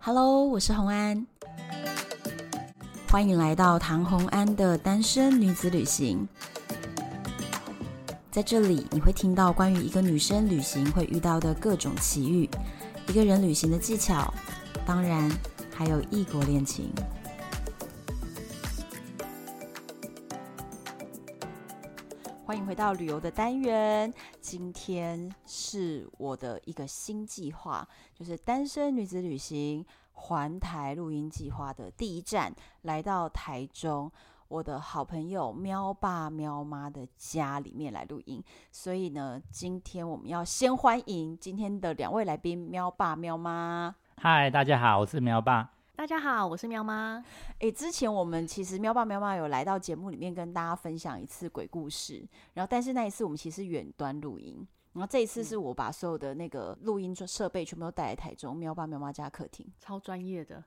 Hello，我是红安，欢迎来到唐红安的单身女子旅行。在这里，你会听到关于一个女生旅行会遇到的各种奇遇，一个人旅行的技巧，当然还有异国恋情。欢迎回到旅游的单元，今天是我的一个新计划，就是单身女子旅行环台露营计划的第一站，来到台中。我的好朋友喵爸喵妈的家里面来录音，所以呢，今天我们要先欢迎今天的两位来宾喵爸喵妈。嗨，大家好，我是苗爸。大家好，我是喵妈。诶，之前我们其实喵爸喵妈有来到节目里面跟大家分享一次鬼故事，然后但是那一次我们其实远端录音，然后这一次是我把所有的那个录音设备全部都带来台中喵爸喵妈家客厅，超专 业的，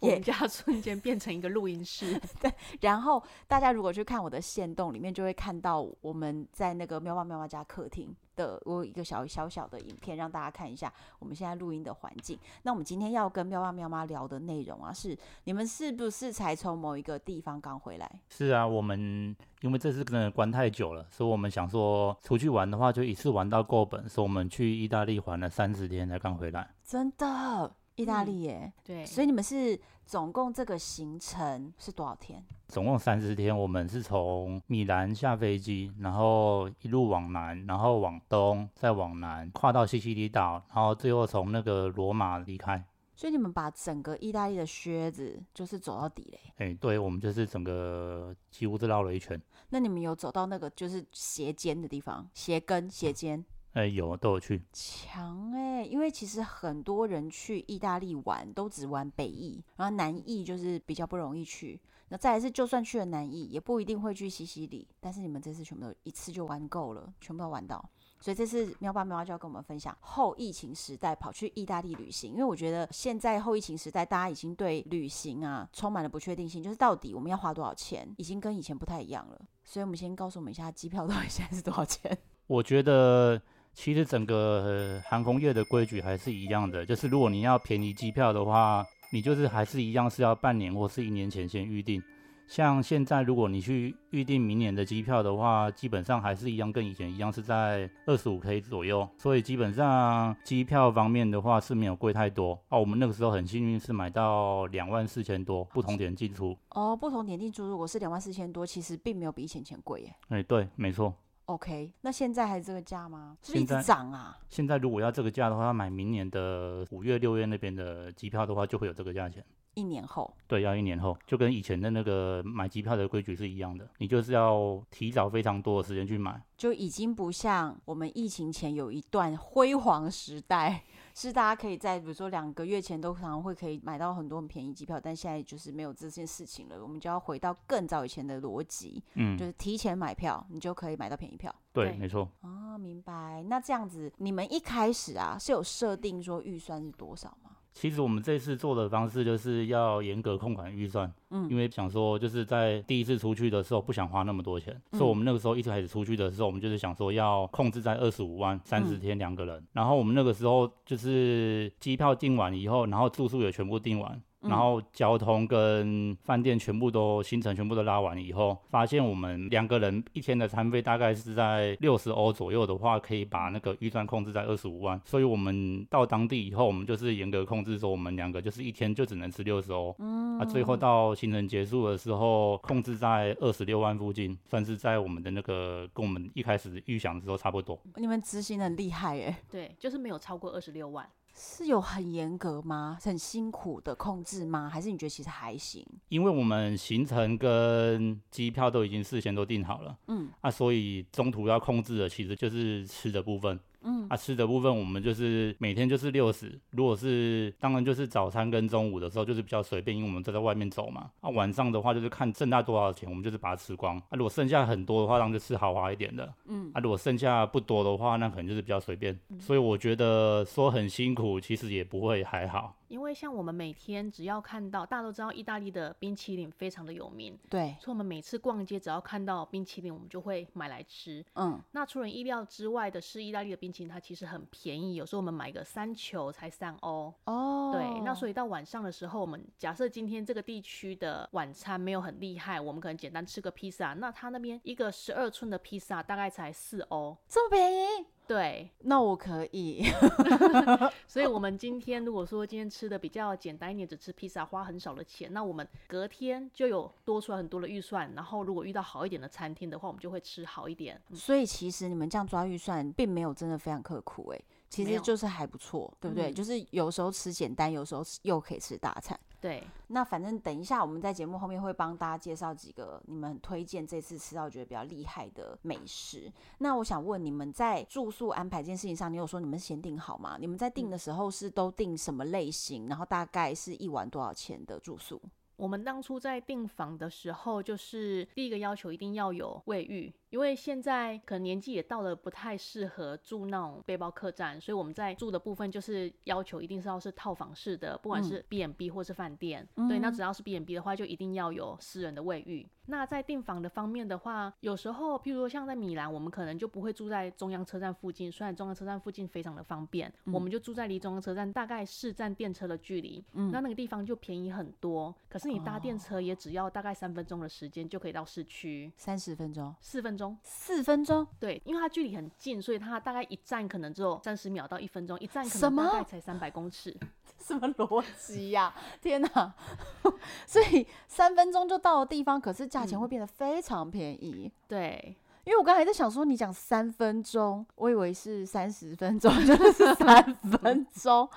我也们家瞬间变成一个录音室。 然后大家如果去看我的线动里面，就会看到我们在那个喵爸喵妈家客厅的，我有一个小小小的影片让大家看一下我们现在录音的环境。那我们今天要跟喵爸喵妈聊的内容啊，是你们是不是才从某一个地方刚回来？是啊，我们因为这次真的关太久了，所以我们想说出去玩的话，就一次玩到够本，所以我们去意大利玩了三十天才刚回来。真的，意大利耶！对，所以你们是总共这个行程是多少天？总共三十天，我们是从米兰下飞机，然后一路往南，然后往东，再往南，跨到西西里岛，然后最后从那个罗马离开。所以你们把整个意大利的靴子就是走到底嘞。哎，对，我们就是整个几乎是绕了一圈。那你们有走到那个就是鞋尖的地方，鞋跟鞋尖？哎，有都有去。强哎、因为其实很多人去意大利玩都只玩北意，然后南意就是比较不容易去。那再来是，就算去了南意，也不一定会去西西里。但是你们这次全部都一次就玩够了，全部都玩到。所以这次喵爸喵妈就要跟我们分享后疫情时代跑去意大利旅行，因为我觉得现在后疫情时代大家已经对旅行啊充满了不确定性，就是到底我们要花多少钱，已经跟以前不太一样了。所以我们先告诉我们一下机票到底现在是多少钱。我觉得其实整个呃航空业的规矩还是一样的，就是如果你要便宜机票的话，你就是还是一样是要半年或是一年前先预定。像现在如果你去预定明年的机票的话，基本上还是一样，跟以前一样是在二十五 K 左右，所以基本上机票方面的话是没有贵太多啊。我们那个时候很幸运是买到两万四千多，不同点进出。哦，不同点进出如果是两万四千多，其实并没有比以前钱贵耶。哎，对，没错。 OK，那现在还是这个价吗？是不是一现直在涨啊？现在如果要这个价的话，要买明年的五月、六月那边的机票的话，就会有这个价钱。一年后对，要一年后，就跟以前的那个买机票的规矩是一样的，你就是要提早非常多的时间去买。就已经不像我们疫情前有一段辉煌时代，是大家可以在比如说两个月前都常常会可以买到很多很便宜机票，但现在就是没有这件事情了，我们就要回到更早以前的逻辑，嗯就，是提前买票，你就可以买到便宜票。对，对没错。哦，明白。那这样子，你们一开始啊是有设定说预算是多少吗？其实我们这次做的方式就是要严格控管预算，嗯因为想说就是在第一次出去的时候不想花那么多钱，嗯所以我们那个时候一开始出去的时候，我们就是想说要控制在二十五万三十嗯天两个人，然后我们那个时候就是机票订完以后，然后住宿也全部订完。嗯然后交通跟饭店全部都行程全部都拉完以后，发现我们两个人一天的餐费大概是在六十欧左右的话，可以把那个预算控制在二十五万。所以我们到当地以后，我们就是严格控制说，我们两个就是一天就只能吃六十欧。嗯，啊，最后到行程结束的时候，控制在二十六万附近，算是在我们的那个跟我们一开始预想的时候差不多。你们执行得很厉害耶、对，就是没有超过二十六万。是有很严格吗？很辛苦的控制吗？还是你觉得其实还行？因为我们行程跟机票都已经事先都定好了，嗯，啊，所以中途要控制的其实就是吃的部分，嗯，啊，吃的部分我们就是每天就是六十，如果是当然就是早餐跟中午的时候就是比较随便，因为我们都在外面走嘛，啊，晚上的话就是看挣大多少钱，我们就是把它吃光，啊，如果剩下很多的话，当然就吃豪华一点的，嗯，啊，如果剩下不多的话，那可能就是比较随便，所以我觉得说很辛苦，其实也不会还好，因为像我们每天只要看到，大家都知道意大利的冰淇淋非常的有名，对，所以我们每次逛街只要看到冰淇淋，我们就会买来吃。嗯，那除人意料之外的是，意大利的冰淇淋它其实很便宜，有时候我们买个三球才三欧。哦对，那那所以到晚上的时候，我们假设今天这个地区的晚餐没有很厉害，我们可能简单吃个披萨，那他那边一个十二寸的披萨大概才四欧。这么便宜，对，那我可以。 所以我们今天如果说今天吃的比较简单一点，只吃披萨花很少的钱，那我们隔天就有多出来很多的预算。然后如果遇到好一点的餐厅的话，我们就会吃好一点。嗯所以其实你们这样抓预算，并没有真的非常刻苦、欸，其没实有就是还不错，对不对？嗯就是有时候吃简单，有时候吃又可以吃大餐。对，那反正等一下，我们在节目后面会帮大家介绍几个你们很推荐这次吃到觉得比较厉害的美食。那我想问你们在住宿安排这件事情上，你有说你们先定好吗？你们在定的时候是都定什么类型，然后大概是一晚多少钱的住宿？我们当初在订房的时候，就是第一个要求一定要有卫浴，因为现在可能年纪也到了，不太适合住那种背包客栈，所以我们在住的部分就是要求一定是要是套房式的，不管是 B&B 或是饭店。对，嗯那只要是 B&B 的话，就一定要有私人的卫浴。那在订房的方面的话，有时候譬如说像在米兰，我们可能就不会住在中央车站附近，虽然中央车站附近非常的方便，嗯我们就住在离中央车站大概四站电车的距离。嗯那那个地方就便宜很多，可是你搭哦电车也只要大概三分钟的时间就可以到市区，三十分钟，四分钟。四分钟，对，因为它距离很近，所以它大概一站可能只有三十秒到一分钟，一站可什能么大概才三百公尺。 什么逻辑呀？天哪！ 所以三分钟就到的地方，可是价钱会变得非常便宜。对，因为我刚才在想说，你讲三分钟，我以为是三十分钟，就是三分钟。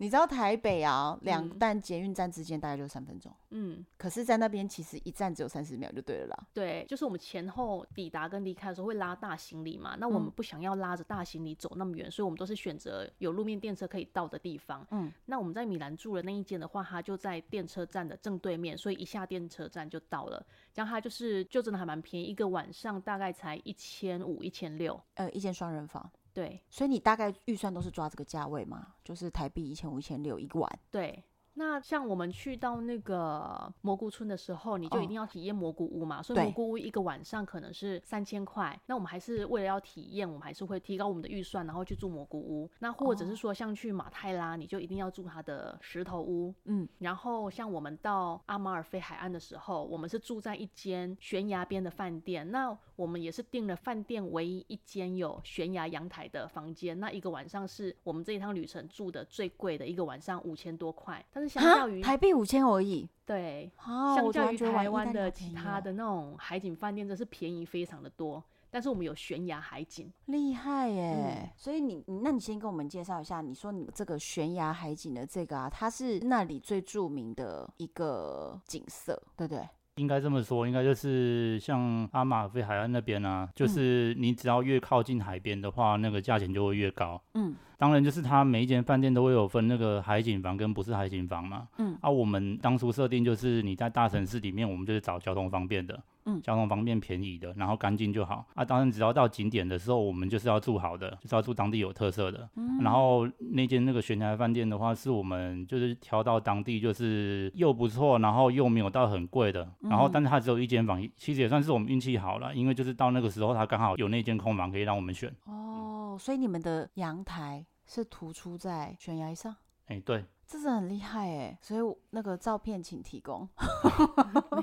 你知道台北啊，两嗯站捷运站之间大概就三分钟，嗯，可是，在那边其实一站只有三十秒就对了啦。对，就是我们前后抵达跟离开的时候会拉大行李嘛，那我们嗯不想要拉着大行李走那么远，所以我们都是选择有路面电车可以到的地方。嗯，那我们在米兰住的那一间的话，它就在电车站的正对面，所以一下电车站就到了。这样它就是就真的还蛮便宜，一个晚上大概才一千五、一千六。呃，一间双人房，对所以你大概预算都是抓这个价位嘛，就是台币一千五、一千六一个晚。对。那像我们去到那个蘑菇村的时候，你就哦一定要体验蘑菇屋嘛，所以蘑对菇屋一个晚上可能是三千块。那我们还是为了要体验，我们还是会提高我们的预算，然后去住蘑菇屋。那或者是说像去马泰拉，你就一定要住它的石头屋，嗯，然后像我们到阿马尔菲海岸的时候，我们是住在一间悬崖边的饭店，那我们也是订了饭店唯一一间有悬崖阳台的房间，那一个晚上是我们这一趟旅程住的最贵的一个晚上，五千多块，但是相较于啊台币五千而已。对，啊，相我突较然于觉得玩台意大湾利好的便其宜他哦的那种海景饭店，真是便宜非常的多，但是我们有悬崖海 景，厉害耶！所以你，你那你先跟我们介绍一下，你说你这个悬崖海景的这个啊，它是那里最著名的一个景色，对不对？应该这么说，应该就是像阿马菲海岸那边啊，嗯就是你只要越靠近海边的话，那个价钱就会越高。嗯，当然，就是它每一间饭店都会有分那个海景房跟不是海景房嘛。嗯，啊，我们当初设定就是你在大城市里面，我们就是找交通方便的，嗯交通方便便宜的，然后干净就好。啊，当然，只要到景点的时候，我们就是要住好的，就是要住当地有特色的。然后那间那个悬崖饭店的话，是我们就是挑到当地就是又不错，然后又没有到很贵的，然后但是它只有一间房，其实也算是我们运气好了，因为就是到那个时候它刚好有那间空房可以让我们选。哦，所以你们的阳台是突出在悬崖上，哎，对。这是很厉害哎！所以我那个照片请提供，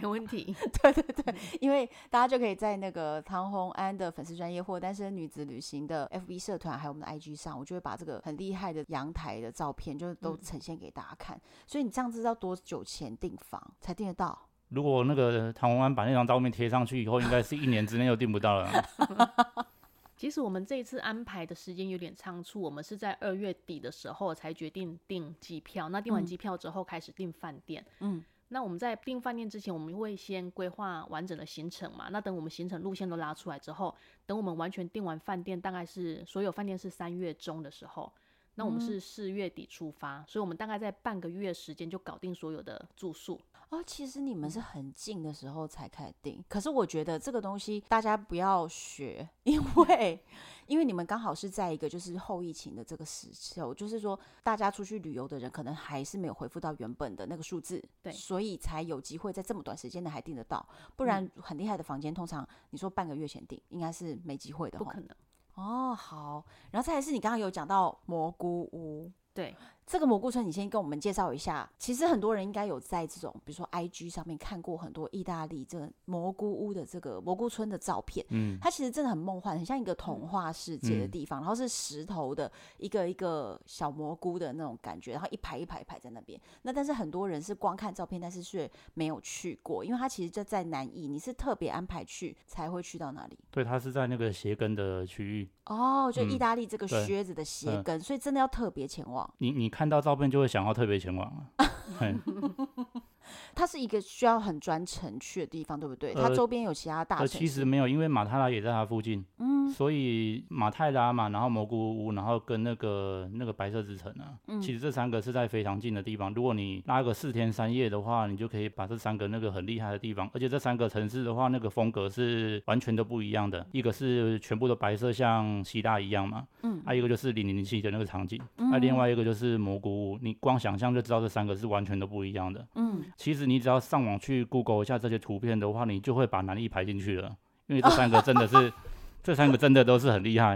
没问题。对对对，因为大家就可以在那个唐红安的粉丝专业或单身女子旅行的 FB 社团，还有我们的 IG 上，我就会把这个很厉害的阳台的照片，就是都嗯呈现给大家看。所以你这样子要多久前订房才订得到？如果那个唐红安把那张照片贴上去以后，应该是一年之内就订不到了。其实我们这一次安排的时间有点仓促，我们是在二月底的时候才决定订机票。那订完嗯机票之后，开始订饭店。嗯，那我们在订饭店之前，我们会先规划完整的行程嘛？那等我们行程路线都拉出来之后，等我们完全订完饭店，大概是所有饭店是三月中的时候。那我们嗯是四月底出发，所以我们大概在半个月时间就搞定所有的住宿。哦，其实你们嗯是很近的时候才开始定，可是我觉得这个东西大家不要学， 因嗯为因为你们刚好是在一个就是后疫情的这个时候，就是说大家出去旅游的人可能还是没有恢复到原本的那个数字，对嗯所以才有机会在这么短时间内还订得到，不然很厉害的房间通常你说半个月前订应该是没机会的不吼，可能。哦，好，然后再来是你刚刚有讲到蘑菇屋，对，这个蘑菇村，你先跟我们介绍一下。其实很多人应该有在这种，比如说 IG 上面看过很多意大利这蘑菇屋的这个蘑菇村的照片，嗯，它其实真的很梦幻，很像一个童话世界的嗯地方。然后是石头的一个一个小蘑菇的那种感觉，然后一排一排一排在那边。那但是很多人是光看照片，但是却没有去过，因为它其实就在南艺，你是特别安排去才会去到那里。 对，它是在那个鞋跟的区域，哦，就嗯意大利这个对靴子的鞋嗯跟，所以真的要特别前往。你你看到照片就会想要特别前往 啊。嘿它是一个需要很专程去的地方，对不对？它呃周边有其他大呃，城市，其 实没有，因为马泰拉也在它附近，嗯，所以马泰拉嘛，然后蘑菇屋，然后跟那个那个白色之城啊，嗯其实这三个是在非常近的地方。如果你拉个四天三夜的话，你就可以把这三个那个很厉害的地方，而且这三个城市的话，那个风格是完全都不一样的。一个是全部都白色，像希腊一样嘛，嗯，还、有一个就是零零七的那个场景，嗯那、另外一个就是蘑菇屋，你光想象就知道这三个是完全都不一样的。嗯，其实你只要上网去 Google 一下这些图片的话，你就会把南艺排进去了，因为这三个真 的是，这三个真的都是很厉害。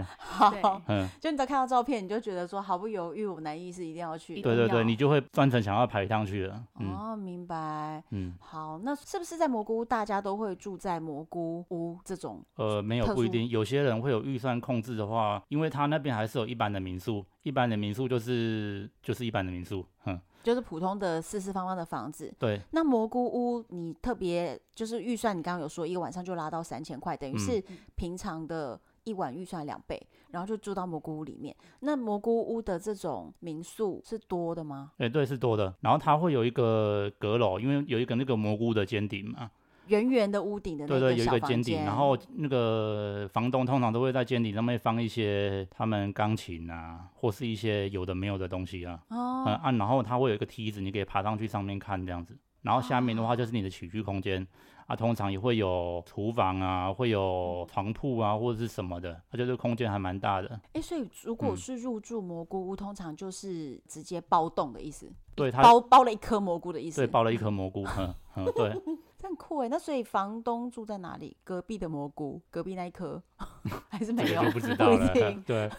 对好，嗯， 就你只要看到照片，你就觉得说毫不犹豫，我南艺是一定要去的。一对对定要对，你就会专程想要排一趟去了。嗯哦，明白。嗯，好，那是不是在蘑菇屋大家都会住在蘑菇屋这种？呃，没有特殊不一定，有些人会有预算控制的话，因为他那边还是有一般的民宿，一般的民宿就是就是一般的民宿。嗯，就是普通的四四方方的房子，对，那蘑菇屋你特别就是预算，你刚刚有说一个晚上就拉到三千块，等于嗯是平常的一晚预算两倍，然后就住到蘑菇屋里面。那蘑菇屋的这种民宿是多的吗？哎、对，是多的。然后它会有一个阁楼，因为有一个那个蘑菇的尖顶嘛，圆圆的屋顶的那对对，有一小个房尖顶，然后那个房东通常都会在尖顶上面放一些他们钢琴啊，或是一些有的没有的东西啊，哦、嗯啊，然后它会有一个梯子，你可以爬上去上面看这样子，然后下面的话就是你的起居空间。啊，通常也会有厨房啊，会有床铺啊，或者是什么的，它就是空间还蛮大的。哎，所以如果嗯是入住蘑菇屋，通常就是直接包栋的意思，对，它包包了一颗蘑菇的意思。对包了一颗蘑菇，嗯嗯，对，这很酷哎。那所以房东住在哪里？隔壁的蘑菇，隔壁那一颗 还是 没这有个就？不知道了不一定。对，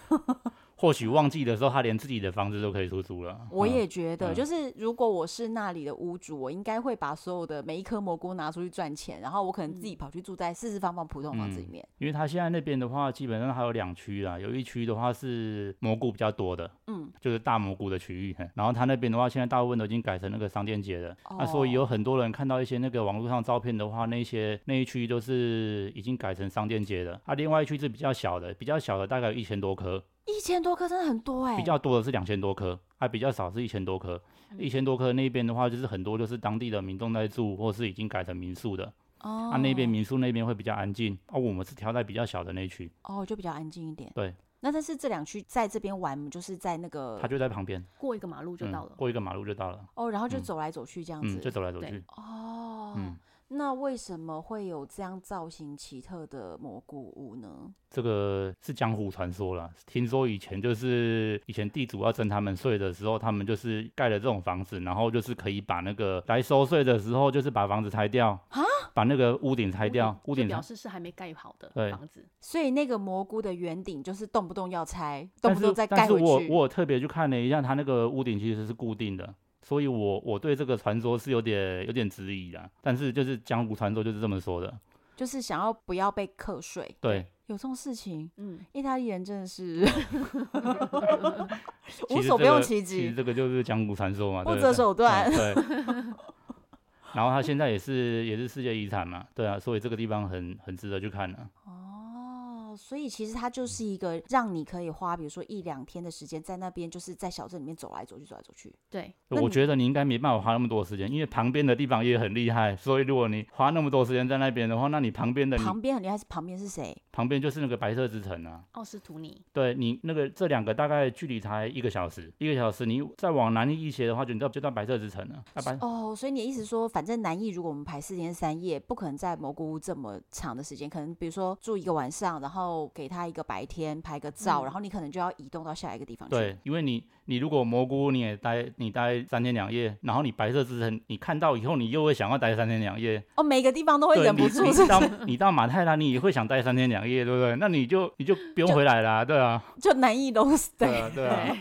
或许旺季的时候，他连自己的房子都可以出租了。我嗯也觉得，嗯就是如果我是那里的屋主，我应该会把所有的每一颗蘑菇拿出去赚钱，然后我可能自己跑去住在四四方方普通房子里嗯面。因为它现在那边的话，基本上还有两区啦，有一区的话是蘑菇比较多的，嗯，就是大蘑菇的区域。嘿然后它那边的话，现在大部分都已经改成那个商店街了。哦那所以有很多人看到一些那个网络上照片的话，那一些那一区都是已经改成商店街了。啊，另外一区是比较小的，比较小的大概有一千多棵，一千多颗真的很多哎、嗯比较多的是两千多棵，啊，比较少是一千多棵。一千多棵那边的话，就是很多就是当地的民众在住，或是已经改成民宿的。哦，啊，那边民宿那边会比较安静。啊，我们是挑在比较小的那一区。哦就比较安静一点。对。那但是这两区在这边玩，就是在那个它就在旁边，过一个马路就嗯到了。过一个马路就到了，哦，然后就嗯走来走去这样子。嗯，就走来走对去，哦，嗯，那为什么会有这样造型奇特的蘑菇屋呢？这个是江湖传说啦。听说以前就是以前地主要征他们税的时候，他们就是盖了这种房子，然后就是可以把那个来收税的时候，就是把房子拆掉啊，把那个屋顶拆掉，屋就顶表拆。示是还没盖好的对房子，所以那个蘑菇的圆顶就是动不动要拆，动但不是动再盖但是回去。我我有特别去看了一下，它那个屋顶其实是固定的。所以我我对这个传说是有点有点质疑啦，但是就是江湖传说就是这么说的，就是想要不要被课税，对，有这种事情。嗯，意大利人真的是 其无实所不这用个其其实极，这个就是江湖传说嘛，不对择对手段。嗯对。 然后它现在也是也是世界遗产嘛，对啊，所以这个地方很很值得去看啊。哦，所以其实它就是一个让你可以花，比如说一两天的时间在那边，就是在小镇里面走来走去，走来走去。对，那我你觉得你应该没办法花那么多时间，因为旁边的地方也很厉害，所以如果你花那么多时间在那边的话，那你旁边的你旁边很厉害，是旁边是谁？旁边就是那个白色之城啊，奥斯图尼，对你那个这两个大概距离才一个小时，一个小时你再往南一些的话，就你到就到白色之城了。啊白哦，所以你的意思说，反正南艺如果我们排四天三夜，不可能在蘑菇屋这么长的时间，可能比如说住一个晚上，然后给他一个白天拍个照，嗯然后你可能就要移动到下一个地方去。对，因为你你如果蘑菇你也待你待三天两夜，然后你白色之城你看到以后，你又会想要待三天两夜，哦，每个地方都会对忍不你住，你是不到 是？你到马泰拉，你也会想待三天两夜，对不对？那你就你就不用就回来啦，对啊，就南艺都是对 对。啊，对啊。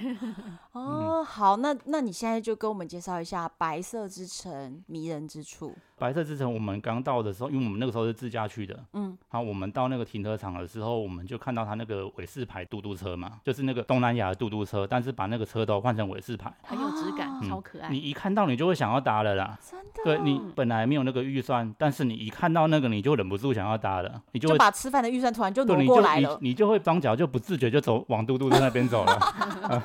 哦，好，那那你现在就跟我们介绍一下白色之城迷人之处。白色之城，我们刚到的时候，因为我们那个时候是自驾去的，嗯，好，我们到那个停车场的时候，我们就看到他那个尾式牌嘟嘟车嘛，就是那个东南亚的嘟嘟车，但是把那个车头换成尾式牌，很有质哦感，啊超可爱你。一看到你就会想要搭了啦。真的，对你本来没有那个预算，但是你一看到那个，你就忍不住想要搭了，你就就会把吃饭的预算突然就对，挪你过就来你了。你就会双脚就不自觉就走往嘟嘟车那边走了。 呃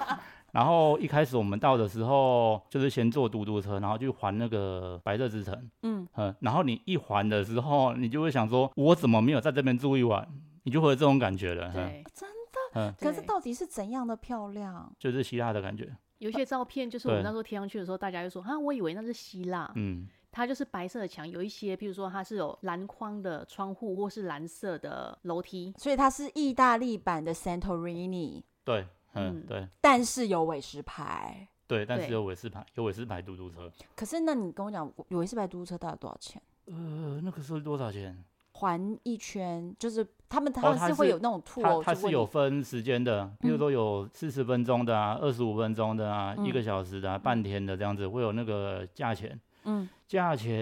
然后一开始我们到的时候，就是先坐嘟嘟车，然后去环那个白色之城。嗯，嗯，然后你一环的时候，你就会想说，我怎么没有在这边住一晚？你就会有这种感觉了。嗯，对，真嗯可是对到底是怎样的漂亮？就是希腊的感觉。有一些照片就是我们对那时候贴上去的时候，大家就说啊，我以为那是希腊，嗯，它就是白色的墙，有一些，譬如说它是有蓝框的窗户，或是蓝色的楼梯。所以它是意大利版的 Santorini，对，嗯，嗯对但是有尾石牌。对，但对是有尾士牌，有尾士牌嘟嘟车。可是那你跟我讲，有一次白嘟嘟车到底多少钱？呃，那个是多少钱？环一圈就是他们他哦们它是会是有那种兔它哦，它就是问有你嗯分时间的，比如说有四十分钟的啊，二十五分钟的啊，一个小时的、啊，半天的这样子，会有那个价钱。嗯，价钱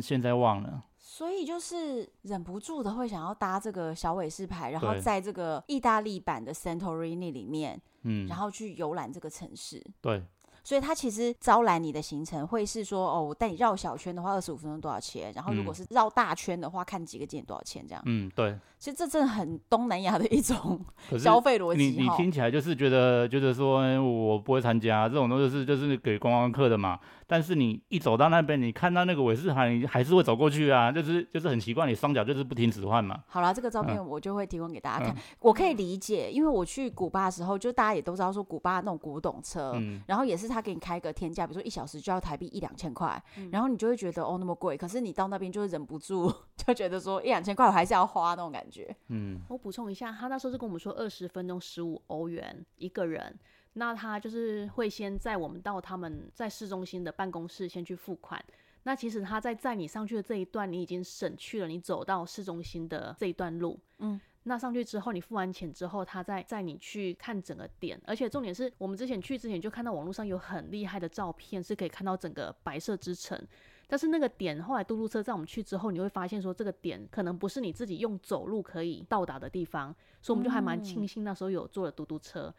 现在忘了，所以就是忍不住的会想要搭这个小尾士牌，然后对在这个意大利版的 Santorini 里面，嗯，然后去游览这个城市。对所以它其实招揽你的行程会是说，哦，我带你绕小圈的话，二十五分钟多少钱？然后如果嗯是绕大圈的话，看几个景点多少钱？这样，嗯对。其实这真的很东南亚的一种 可是消费逻你辑你哈。听起来就是觉得觉得说哎我不会参加这种东西是就是给观光客的嘛，但是你一走到那边，你看到那个尾士牌，你还是会走过去啊，就是就是很奇怪，你双脚就是不停使唤嘛。好啦，这个照嗯片我就会提供给大家看。我可以理解，因为我去古巴的时候，就大家也都知道说古巴那种古董车，嗯，然后也是他给你开个天价，比如说一小时就要台币一两千块，嗯然后你就会觉得哦那么贵，可是你到那边就会忍不住 就觉得说一两千块我还是要花那种感觉。嗯，我补充一下，他那时候是跟我们说二十分钟十五欧元一个人，那他就是会先载我们到他们在市中心的办公室先去付款。那其实他在载你上去的这一段，你已经省去了你走到市中心的这一段路。嗯，那上去之后，你付完钱之后，他再载你去看整个店，而且重点是我们之前去之前就看到网络上有很厉害的照片，是可以看到整个白色之城。但是那个点后来嘟嘟车载我们去之后，你会发现说这个点可能不是你自己用走路可以到达的地方，所以我们就还蛮庆幸那时候有坐了嘟嘟车。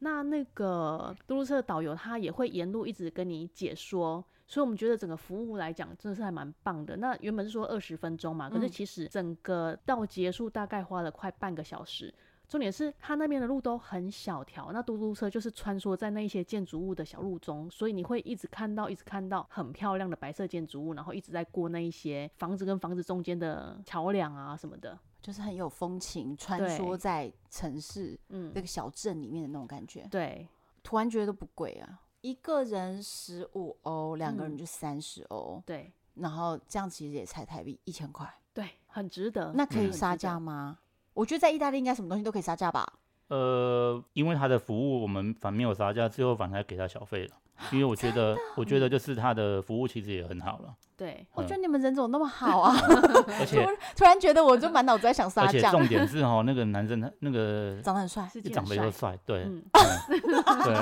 那那个嘟嘟车的导游他也会沿路一直跟你解说，所以我们觉得整个服务来讲真的是还蛮棒的。那原本是说二十分钟嘛，可是嗯其实整个到结束大概花了快半个小时。重点是它那边的路都很小条，那嘟嘟车就是穿梭在那一些建筑物的小路中，所以你会一直看到，一直看到很漂亮的白色建筑物，然后一直在过那一些房子跟房子中间的桥梁啊什么的。就是很有风情，穿对梭在城市嗯那，个小镇里面的那种感觉，对，突然觉得不贵啊，一个人十五欧，两个人嗯就三十欧，对，然后这样其实也才台币一千块，对，很值得。那可以嗯杀价，吗？我觉得在意大利应该什么东西都可以杀价吧，呃，因为他的服务我们反没有杀价，最后反而还给他小费了，因为我觉哦得，我觉得就是他的服务其实也很好了，很值得对，我嗯觉得你们人怎么那么好啊？而 突且然突然觉得我就满脑子在想而杀且价，重点是哦，那个男生他那个长得很帅，是就长得又帅，帅，对， 嗯，嗯对，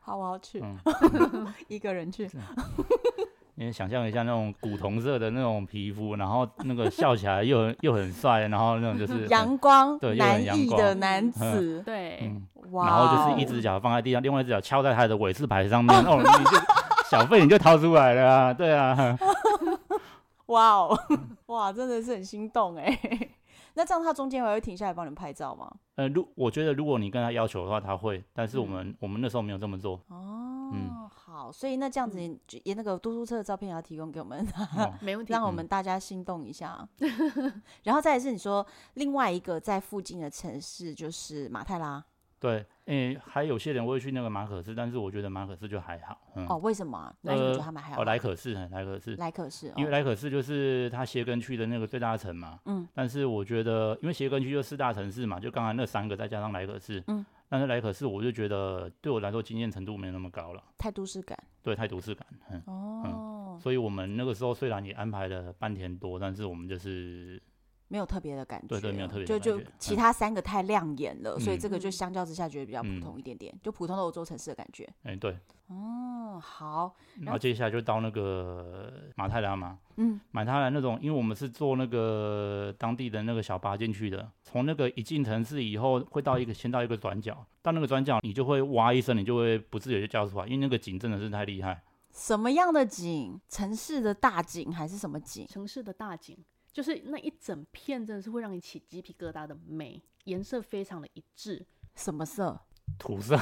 好，我要去，嗯， 一个人去。你想象一下那种古铜色的那种皮肤，然后那个笑起来又很又很帅，然后那种就是阳光对又男很阳艺光的男子，对，嗯，哇，哦然后就是一只脚放在地上，另外一只脚敲在他的尾翅牌上面， 哦，你就小费你就掏出来了啊，对啊，哇哦，嗯 哇，真的是很心动哎。 那这样他中间还会停下来帮你们拍照吗？。呃，如我觉得如果你跟他要求的话，他会，但是我嗯们、我们那时候没有这么做哦，嗯好，所以那这样子，就也那个嘟嘟车的照片也要提供给我们， 哦没问题。让我们大家心动一 下。然后再来是你说另外一个在附近的城市就是马泰拉对，诶、还有些人会去那个马可仕，但是我觉得马可仕就还好。嗯，哦，为什么啊？那你呃觉得他们还哦，好？莱可仕，莱可仕，莱可是，因为哦莱可仕就是它斜根区的那个最大城嘛。嗯，但是我觉得，因为斜根区就四大城市嘛，就刚才那三个再加上莱可仕，嗯，但是莱可仕我就觉得对我来说惊艳程度没有那么高了，太都市感对，太都市感。嗯，哦。所以我们那个时候虽然也安排了半天多，但是我们就是没有特别的感觉，对对没有特别的就感就觉其嗯他三个太亮眼了，所以嗯这个就嗯相较之下觉得比较普嗯通一点点，就普通的欧洲城市的感觉。哎、对，哦，好，然后接下来就到那个马泰拉嘛，嗯，马泰拉那种，因为我们是坐那个当地的那个小巴进去的，从那个一进城市以后，会到一个先到一个转角，到那个转角你就会哇一声，你就会不自觉就叫出来，因为那个景真的是太厉害，什么样的景？城市的大景还是什么景？城市的大景，就是那一整片真的是会让你起鸡皮疙瘩的美，颜色非常的一致。什么色？土色，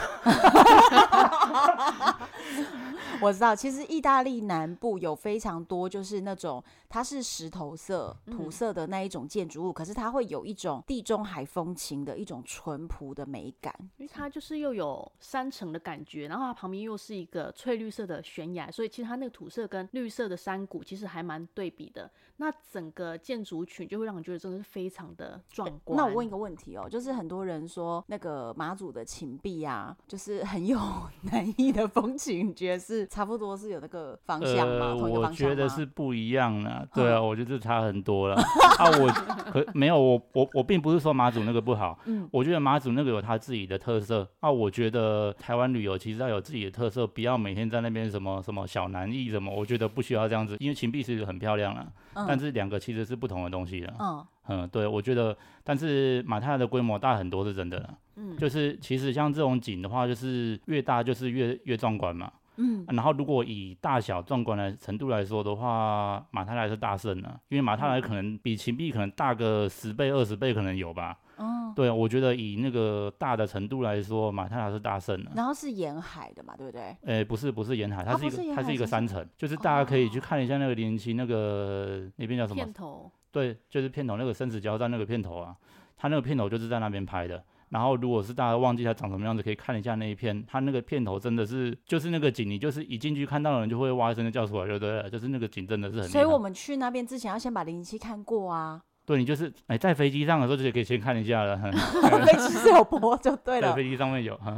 我知道，其实意大利南部有非常多，就是那种它是石头色、土嗯色的那一种建筑物，可是它会有一种地中海风情的一种淳朴的美感。因为它就是又有山城的感觉，然后它旁边又是一个翠绿色的悬崖，所以其实它那个土色跟绿色的山谷其实还蛮对比的。那整个建筑群就会让你觉得真的是非常的壮观。那我问一个问题哦，就是很多人说那个马祖的琴壁啊，就是很有 南艺的风情，你觉得是差不多是有那个方向吗？呃，同一个我方向嗯吗？觉得是不一样啦，对啊，我觉得差很多了啊，我可没有，我我我并不是说马祖那个不好，嗯我觉得马祖那个有它自己的特色，啊，我觉得台湾旅游其实要有自己的特色，不要每天在那边什么什么小南艺什么，我觉得不需要这样子，因为秦壁是很漂亮啦，但嗯是两个其实是不同的东西的，嗯嗯，对，我觉得，但是马泰的规模大很多是真的啦，嗯，就是其实像这种景的话，就是越大就是越越壮观嘛。啊嗯，然后如果以大小壮观的程度来说的话，马泰莱是大胜了，因为马嗯泰莱可能比秦壁可能大个十倍、二十倍可能有吧。嗯，对，啊我觉得以那个大的程度来说，马泰莱是大胜了。啊然后是沿海的嘛，对不对？诶，不是不是沿海，啊它是一不个、是沿它海是一个是什么哦山城，就是大家可以去看一下那个林奇那个那边叫什么片？头对，就是片头那个生死交战那个片头啊，它那个片头就是在那边拍的。然后如果是大家忘记它长什么样子，可以看一下那一片，它那个片头真的是就是那个景，你就是一进去看到人就会哇一声就叫出来，就对了，就是那个景真的是很厉害。所以我们去那边之前要先把零零七看过啊， 对你就是哎在飞机上的时候就可以先看一下了，哼飞机是有播就对在了飞。机上面有，哼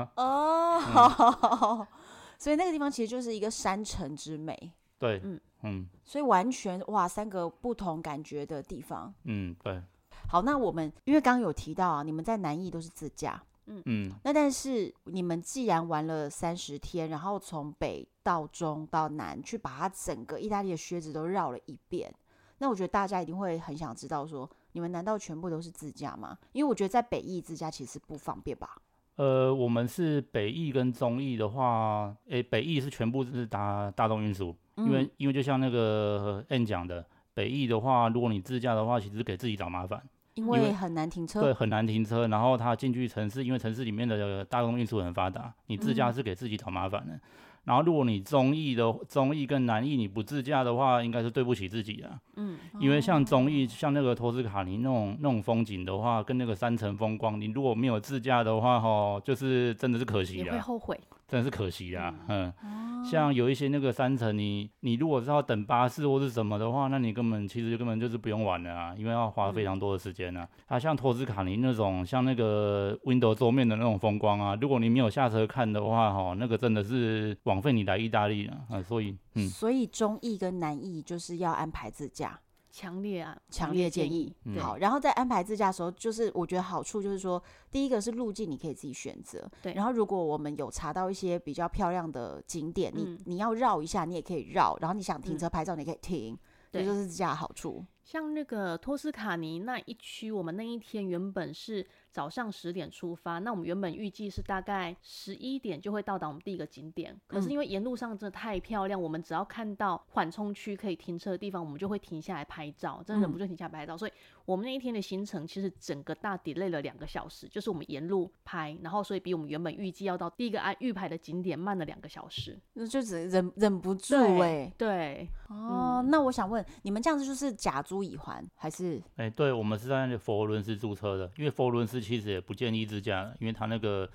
哦，所以那个地方其实就是一个山城之美，对，嗯嗯嗯所以完全哇，三个不同感觉的地方。嗯对，好，那我们因为刚刚有提到啊，你们在南艺都是自驾，嗯那但是你们既然玩了三十天，然后从北到中到南去把它整个意大利的靴子都绕了一遍，那我觉得大家一定会很想知道说，你们难道全部都是自驾吗？因为我觉得在北意自驾其实不方便吧。呃，我们是北翼跟中翼的话，诶，北翼是全部是搭大众运输，嗯因为、因为就像那个 N 讲的，北翼的话，如果你自驾的话，其实给自己找麻烦，因为为很难停车，对，很难停车。然后它进去城市，因为城市里面的大众运输很发达，你自驾嗯是给自己找麻烦的。然后如果你中翼的中翼跟南翼你不自驾的话，应该是对不起自己啊，嗯，哦因为像中翼像那个托斯卡尼那种那种风景的话，跟那个山城风光，你如果没有自驾的话，吼，就是真的是可惜也啊。会后悔。真的是可惜啦，嗯，像有一些那个山城，你你如果是要等巴士或是什么的话，那你根本其实就根本就是不用玩了啊，因为要花非常多的时间呢、啊。像托斯卡尼那种，像那个 Windows 桌面的那种风光啊，如果你没有下车看的话，哦，那个真的是枉费你来意大利了啊、所以，嗯所以中意跟南意就是要安排自驾，强烈啊，强烈建议。嗯好，然后在安排自驾的时候，就是我觉得好处就是说，第一个是路径你可以自己选择，对然后如果我们有查到一些比较漂亮的景点，嗯你你要绕一下，你也可以绕，然后你想停嗯车拍照，你可以停，这对就是自驾的好处。像那个托斯卡尼那一区，我们那一天原本是早上十点出发，那我们原本预计是大概十一点就会到达我们第一个景点。可是嗯因为沿路上真的太漂亮，我们只要看到缓冲区可以停车的地方，我们就会停下来拍照，真的忍不住停下来拍照。所以我们那一天的行程其实整个大 delay 了两个小时，就是我们沿路拍，然后所以比我们原本预计要到第一个安预排的景点慢了两个小时。那就只忍忍不住对哎、对，哦，那我想问你们这样子就是假租乙还还是哎、对，我们是在那个佛罗伦斯租车的，因为佛罗伦斯其实也不建议自驾了，因为它那个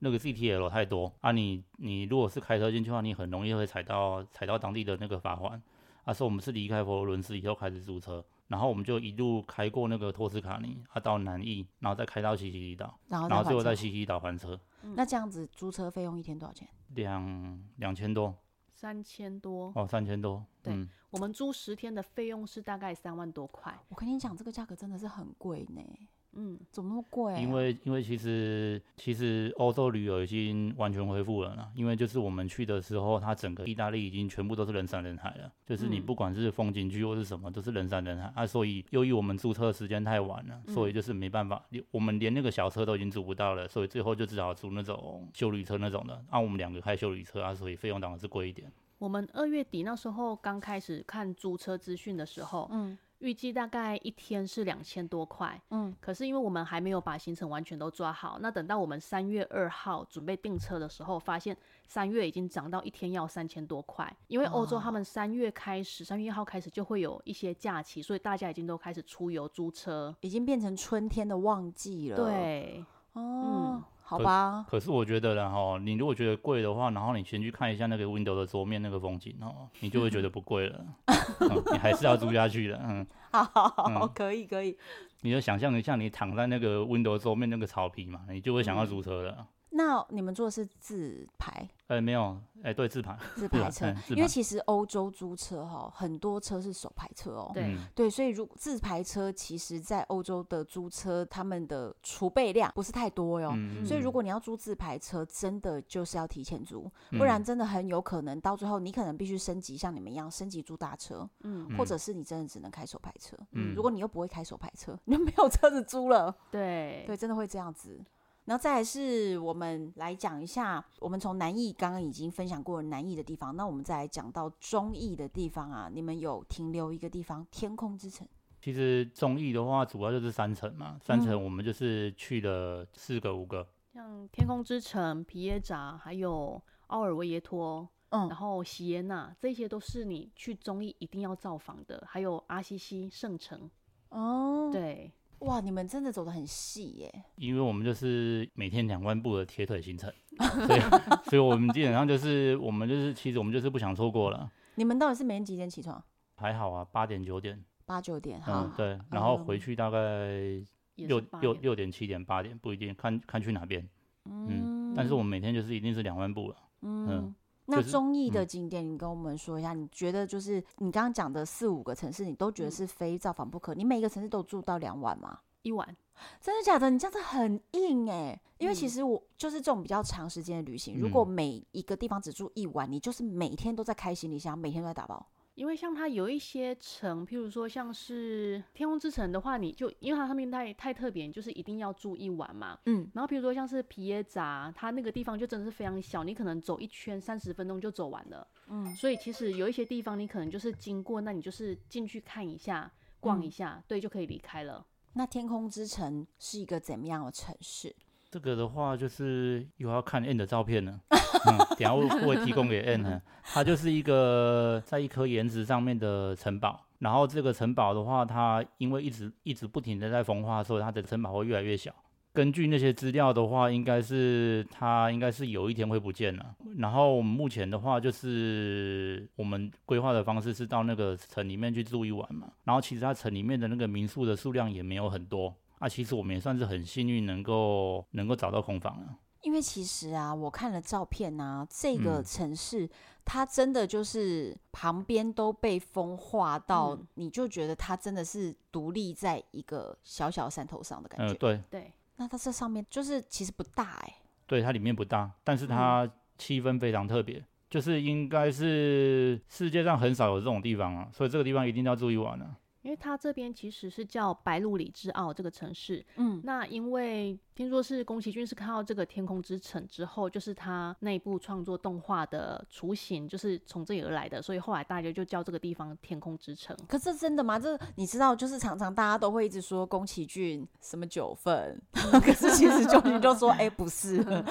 那个 CTL 太多啊你，你如果是开车进去的话，你很容易会踩到踩到当地的那个罚款。啊，所以我们是离开佛罗伦斯以后开始租车，然后我们就一路开过那个托斯卡尼，啊到南翼，然后再开到西西里岛，然后然后再最后还在车？西西里岛还车，那这样子租车费用一天多少钱？两两千多。三千多，哦，三千多，对嗯，我们租十天的费用是大概三万多块。我跟你讲，这个价格真的是很贵呢，嗯，怎么那么贵啊、因为因为其实其实欧洲旅游已经完全恢复了啦，因为就是我们去的时候，它整个意大利已经全部都是人山人海了，就是你嗯不管是风景区或是什么，都是人山人海啊。所以由于我们注册时间太晚了，所以就是没办法，连我们连那个小车都已经租不到了，所以最后就只好租那种修旅车那种的。啊，我们两个开修旅车啊，所以费用当然是贵一点。我们二月底那时候刚开始看租车资讯的时候，嗯预计大概一天是两千多块。嗯，可是因为我们还没有把行程完全都抓好，那等到我们三月二号准备订车的时候，发现三月已经涨到一天要三千多块。因为欧洲他们三月开始，三月一号开始就会有一些假期，所以大家已经都开始出游租车。已经变成春天的旺季了。，对，哦，好嗯可吧，可是我觉得啦，哈，你如果觉得贵的话，然后你先去看一下那个 window 的桌面那个风景哦，你就会觉得不贵了、嗯你还是要租下去的。嗯，好啊好好，可以可以。你就想象一下，你躺在那个 window 桌面那个草皮嘛，你就会想要租车嗯了。那你们做的是自排哎、没有，哎、对，自排，自排排车嗯，自因为排其实欧洲租车哈，很多车是手排车哦。对嗯，对，所以如自排车其实，在欧洲的租车，他们的储备量不是太多哟。嗯哦所以如嗯果你要租自排车，真的就是要提前租，不嗯然真的很有可能到最后你可能必须升级，像你们一样升级租大车，嗯，或者是你真的只能开手排车。嗯如果你又不会开手排车，你就没有车子租了。对，对，真的会这样子。然后再来是我们来讲一下，我们从南艺刚刚已经分享过南艺的地方，那我们再来讲到中艺的地方啊，你们有停留一个地方，天空之城。其实综艺的话，主要就是三层嘛，三层我们就是去了四个五个，像天空之城、皮耶扎，还有奥尔维耶托，嗯然，后席耶纳，这些都是你去中医一定要造访的，还有阿西西圣城，哦，对，哇，你们真的走的很细耶。因为我们就是每天两万步的铁腿行程，所以 所以我们基本上就是我们就是其实我们就是不想错过了。你们到底是每天几点起床？还好啊，八点九点，八九点，好，嗯，对，然后回嗯去大概也六是八六点六点七点八点不一定，看看去哪边，嗯，但是我们每天就是一定是两万步了，嗯嗯，那就是中艺的嗯景点，你跟我们说一下，你觉得就是你刚刚讲的四五个城市，你都觉得嗯是非造访不可？你每一个城市都住到两晚吗？一晚，真的假的？你这样子很硬哎、因为其嗯实我就是这种比较长时间的旅行，如果嗯每一个地方只住一晚，你就是每天都在开行李箱，每天都在打包。因为像它有一些城，譬如说像是天空之城的话，你就因为它上面太太特别，你就是一定要住一晚嘛。嗯，然后譬如说像是皮耶扎，它那个地方就真的是非常小，你可能走一圈三十分钟就走完了。嗯，所以其实有一些地方你可能就是经过，那你就是进去看一下、逛一嗯下，对，就可以离开了。那天空之城是一个怎么样的城市？这个的话就是又要看 N 的照片了，嗯、等一下我我也提供给 N，它就是一个在一颗岩石上面的城堡，然后这个城堡的话，它因为一直一直不停的在风化，所以它的城堡会越来越小。根据那些资料的话，应该是它应该是有一天会不见了。然后目前的话，就是我们规划的方式是到那个城里面去住一晚嘛。然后其实它城里面的那个民宿的数量也没有很多啊。其实我们也算是很幸运，能够能够找到空房了。因为其实啊，我看了照片啊，这个嗯城市、它真的就是旁边都被风化到，嗯你就觉得它真的是独立在一个小小山头上的感嗯、觉。对对，那它这上面就是其实不大哎、对，它里面不大，但是它嗯气氛非常特别。就是应该是世界上很少有这种地方啊，所以这个地方一定要住一晚了、因为它这边其实是叫白鹿里之奥这个城市，嗯，那因为听说是宫崎骏是看到这个《天空之城》之后，就是他内部创作动画的雏形，就是从这里而来的，所以后来大家就叫这个地方天空之城。可是真的吗？这你知道，就是常常大家都会一直说宫崎骏什么九份， 嗯可是其实就你就 说，哎、不是，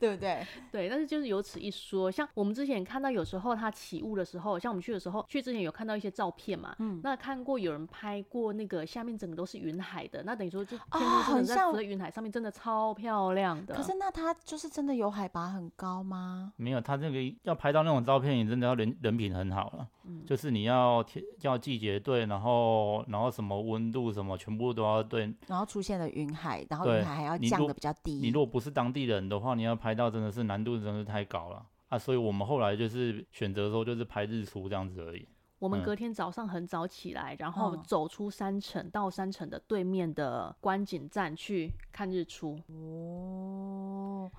对不对？对，但是就是有此一说，像我们之前看到有时候它起雾的时候，像我们去的时候，去之前有看到一些照片嘛，嗯，那看过有人拍过那个下面整个都是云海的，那等于说就天空之哦很城在像浮在云海上面，真的超漂亮啊的。可是那它就是真的有海拔很高吗？没有，他那个要拍到那种照片，你真的要人人品很好了。嗯就是你要天要季节对，然后然后什么温度什么全部都要对。然后出现了云海，然后对云海还要你降如的比较你低如。果不是当地人的话，你要拍到真的是难度真的是太高了。啊，啊，所以我们后来就是选择的时候就是拍日出这样子而已。我们嗯隔天早上很早起来，然后嗯走出山城，到山城的对面的观景站去看日出。哦，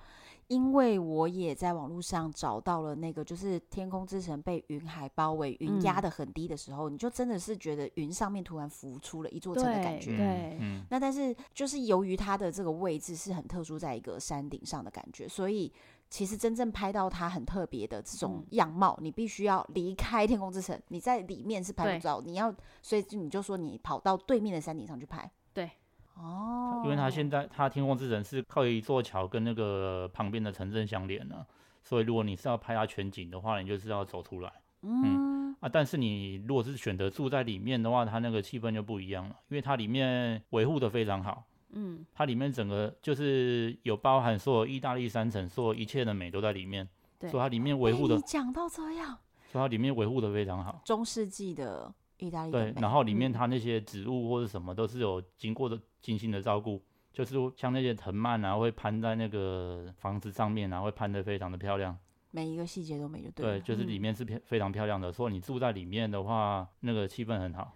因为我也在网络上找到了那个，就是天空之城被云海包围，云压嗯得很低的时候，你就真的是觉得云上面突然浮出了一座城的感对觉。对嗯，那但是就是由于它的这个位置是很特殊，在一个山顶上的感觉，所以其实真正拍到它很特别的这种嗯样貌，你必须要离开天空之城，你在里面是拍对不到，你要所以就你就说你跑到对面的山顶上去拍。对，哦，因为它现在它天空之城是靠一座桥跟那个旁边的城镇相连呢、所以如果你是要拍它全景的话，你就是要走出来嗯啊。但是你如果是选择住在里面的话，它那个气氛就不一样了，因为它里面维护的非常好。嗯，它里面整个就是有包含所有意大利山城，所有一切的美都在里面，对哎所以它里面维护的被你，讲到这样，所以它里面维护的非常好。中世纪的意大利的对，美然后里面嗯它那些植物或者什么都是有经过的精心的照顾，就是像那些藤蔓啊，会攀在那个房子上面啊，会攀得非常的漂亮。每一个细节都美就对啊对，了。就是里嗯面是漂非常漂亮的。所以你住在里面的话，那个气氛很好。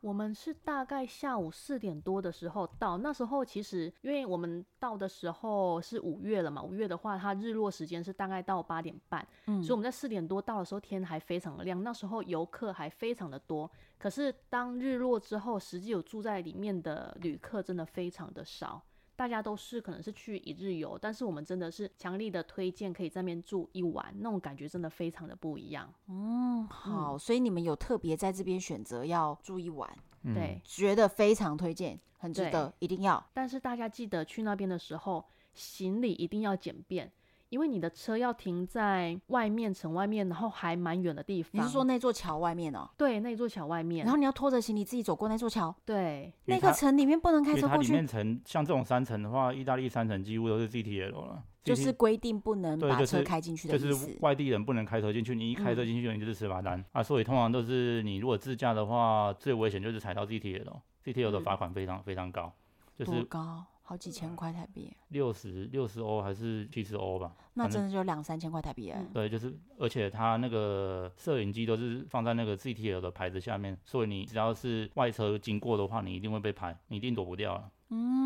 我们是大概下午四点多的时候到，那时候其实因为我们到的时候是五月了嘛，五月的话它日落时间是大概到八点半，嗯所以我们在四点多到的时候天还非常的亮，那时候游客还非常的多。可是当日落之后，实际有住在里面的旅客真的非常的少。大家都是可能是去一日游，但是我们真的是强力的推荐可以在那边住一晚，那种感觉真的非常的不一样。嗯，好，所以你们有特别在这边选择要住一晚，嗯、对，觉得非常推荐，很值对得，一定要。但是大家记得去那边的时候，行李一定要简便，因为你的车要停在外面城外面，然后还蛮远的地你方。是说那座桥外面哦？对那座桥外面然？后你要拖着行李自己走过那座桥，对，因那为个它城里面不能开因为车它过里面去，城像这种山城的话，意大利山城几乎都是 GTL 了，就是规定不能对把就车是开进去的就意是思。嗯外地人不能开车进去，你一开车进去，你就是十罚单、啊。所以通常都是你如果自驾的话，最危险就是踩到 GTL，GTL 的嗯罚款非常非常高，就多是嗯高？好几千块台币，六十六十欧还是七十欧吧。那反正真的就两三千块台币哎嗯。对，就是而且它那个摄影机都是放在那个 GTL 的牌子下面，所以你只要是外车经过的话，你一定会被拍，你一定躲不掉了。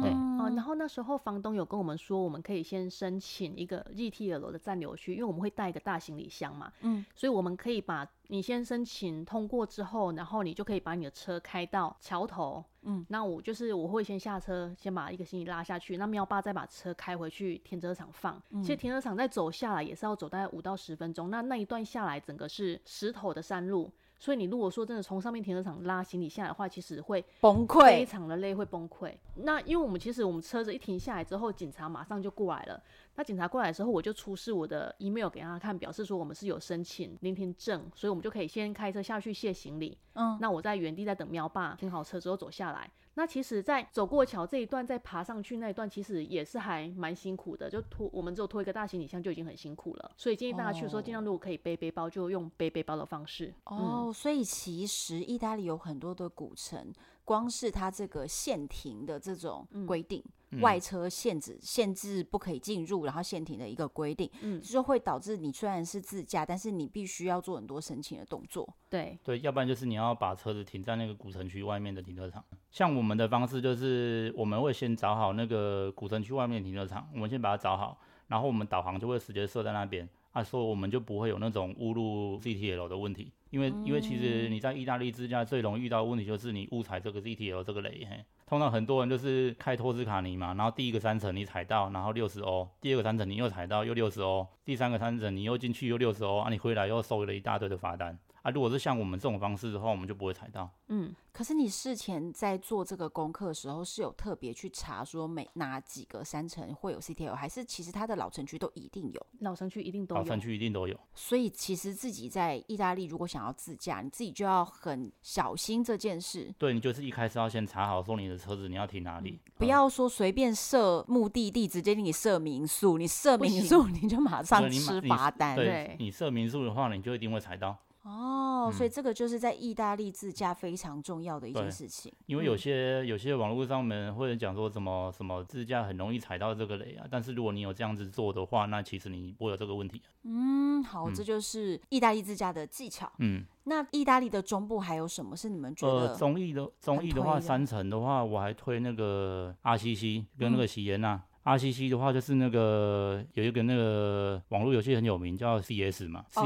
对，嗯，啊、然后那时候房东有跟我们说，我们可以先申请一个 GTL 的暂留区，因为我们会带一个大行李箱嘛，嗯，所以我们可以把你先申请通过之后，然后你就可以把你的车开到桥头，嗯，那我就是我会先下车，先把一个行李拉下去，那喵爸再把车开回去停车场放，嗯其实停车场再走下来也是要走大概五到十分钟，那那一段下来整个是石头的山路。所以你如果说真的从上面停车场拉行李下来的话，其实会崩非溃。常的累，会崩溃。那因为我们其实我们车子一停下来之后，警察马上就过来了。那警察过来的时候，我就出示我的 email 给他看，表示说我们是有申请聆听证，所以我们就可以先开车下去卸行李。嗯，那我在原地在等喵爸停好车之后走下来。那其实，在走过桥这一段，再爬上去那一段，其实也是还蛮辛苦的。就拖我们只有拖一个大行李箱就已经很辛苦了，所以建议大家去的时候，尽量如果可以背背包，就用背背包的方式。嗯，哦，所以其实意大利有很多的古城，光是它这个限停的这种嗯规定，嗯外车限制限制不可以进入，然后限停的一个规定，嗯就会导致你虽然是自驾，但是你必须要做很多申请的动作。对，对，要不然就是你要把车子停在那个古城区外面的停车场。像我们的方式就是，我们会先找好那个古城区外面的停车场，我们先把它找好，然后我们导航就会直接设在那边。啊，所以我们就不会有那种误入 GTL 的问题，因为、因为其实你在意大利自驾最容易遇到的问题就是你误踩这个 GTL 这个雷。嘿，通常很多人就是开托斯卡尼嘛，然后第一个山城你踩到，然后六十欧；第二个山城你又踩到又六十欧；第三个山城你又进去又六十欧，啊，你回来又收了一大堆的罚单。啊，如果是像我们这种方式的话，我们就不会踩到。嗯。可是你事前在做这个功课的时候，是有特别去查说每哪几个山城会有 CTL，还是其实它的老城区都一定有？老城区一定都有，老城区一定都有。所以其实自己在意大利如果想要自驾，你自己就要很小心这件事。对你就是一开始要先查好，说你的车子你要停哪里。嗯不要说随便设目的地，直接给你设民宿，你设不民行宿你就马上 对你马吃你罚单。对对你设民宿的话，你就一定会踩到。哦，哦，所以嗯这个就是在意大利自驾非常重要的一件对事情。因为有嗯些、有些网络上面或者讲说什么什么自驾很容易踩到这个雷啊，但是如果你有这样子做的话，那其实你不会有这个问题。啊嗯，好，嗯这就是意大利自驾的技巧。嗯，那意大利的中部还有什么是你们觉呃，得？综艺的综很艺的推话，的三层的话，我还推那个阿西西跟那嗯个席妍娜。阿西西的话就是那个有一个那个网络游戏很有名，叫 CS 嘛哦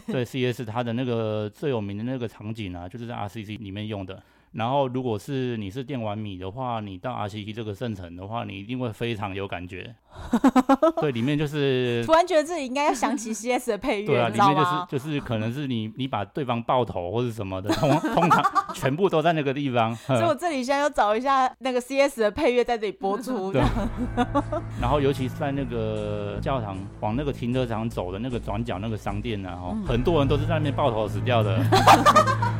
，CS，对 CS 它的那个最有名的那个场景啊，就是在 RCC 里面用的。然后，如果是你是电玩迷的话，你到 RCC 这个圣城的话，你一定会非常有 感觉。对，里面就是突然觉得自己应该要想 起 CS 的配对乐，啊，你里知道面就吗是？就是可能是你你把对方爆头或是什么的，通通常全部都在那个 地方。所以我哼这里现在要找一下那个 CS 的配乐在这里播 出。对 然后，尤其是在那个教堂往那个停车场走的那个转角那个商店啊，嗯哦，很多人都是在那边爆头死 掉的。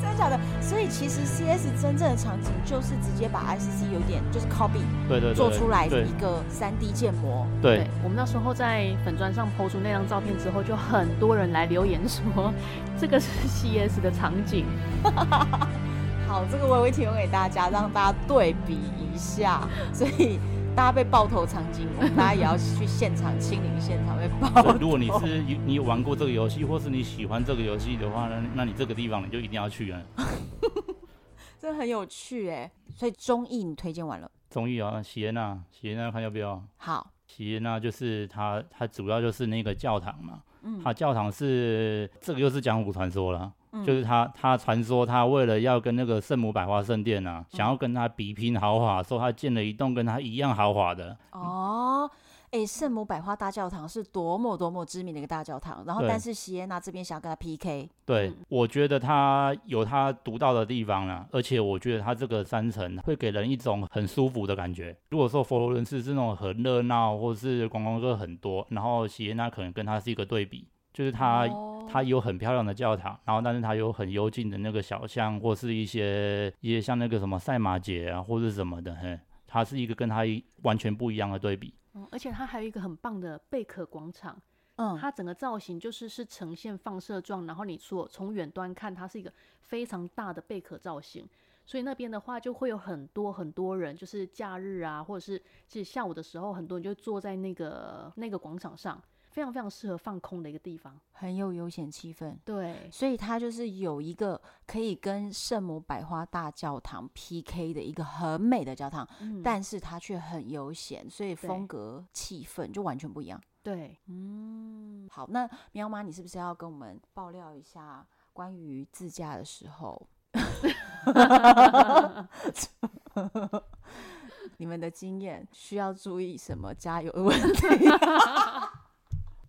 真的假的？所以其实 CS 真正的场景就是直接把 ICC 有点就是 copy 对对对，做出来对一个 3D 建模。对，我们那时候在粉砖上抛出那张照片之后，就很多人来留言说， 这个是 CS 的场景。好，这个我也会提供给大家，让大家对比一下。所以大家被爆头场景，我们大家也要去现场亲临现场被爆所头以。如果你是有你有玩过这个游戏，或是你喜欢这个游戏的话呢，那你这个地方你就一定要去啊。真的很有趣哎、所以综艺你推荐完了，综艺啊，喜恩娜，喜恩娜看要不要？好，喜恩娜就是它，它主要就是那个教堂嘛。嗯它教堂是这个又是江湖传说了，嗯就是他他传说他为了要跟那个圣母百花圣殿嗯啊，想要跟他比拼豪华，说他建了一栋跟他一样豪华的。嗯哦。哎，圣母百花大教堂是多么多么知名的一个大教堂，然后对但是席耶娜这边想要跟他 PK，对，嗯我觉得它有它独到的地方啦，而且我觉得它这个山城会给人一种很舒服的感觉。如果说佛罗伦斯是那种很热闹，或是观光客很多，然后锡耶纳可能跟它是一个对比，就是它、哦它有很漂亮的教堂，然后但是它有很幽静的那个小巷，或是一些一些像那个什么赛马节啊，或是什么的，嘿，它是一个跟它一完全不一样的对比。嗯，而且它还有一个很棒的贝壳广场，嗯，它整个造型就是是呈现放射状，然后你所从远端看，它是一个非常大的贝壳造型。所以那边的话，就会有很多很多人，就是假日啊，或者是其实下午的时候，很多人就坐在那个那个广场上，非常非常适合放空的一个地方。很有悠闲气氛。对，所以它就是有一个可以跟圣母百花大教堂 PK 的一个很美的教堂，嗯，但是它却很悠闲，所以风对格气氛就完全不一样。对，嗯，好，那喵妈，你是不是要跟我们爆料一下关于自驾的时候，你们的经验需要注意什么加油的问题？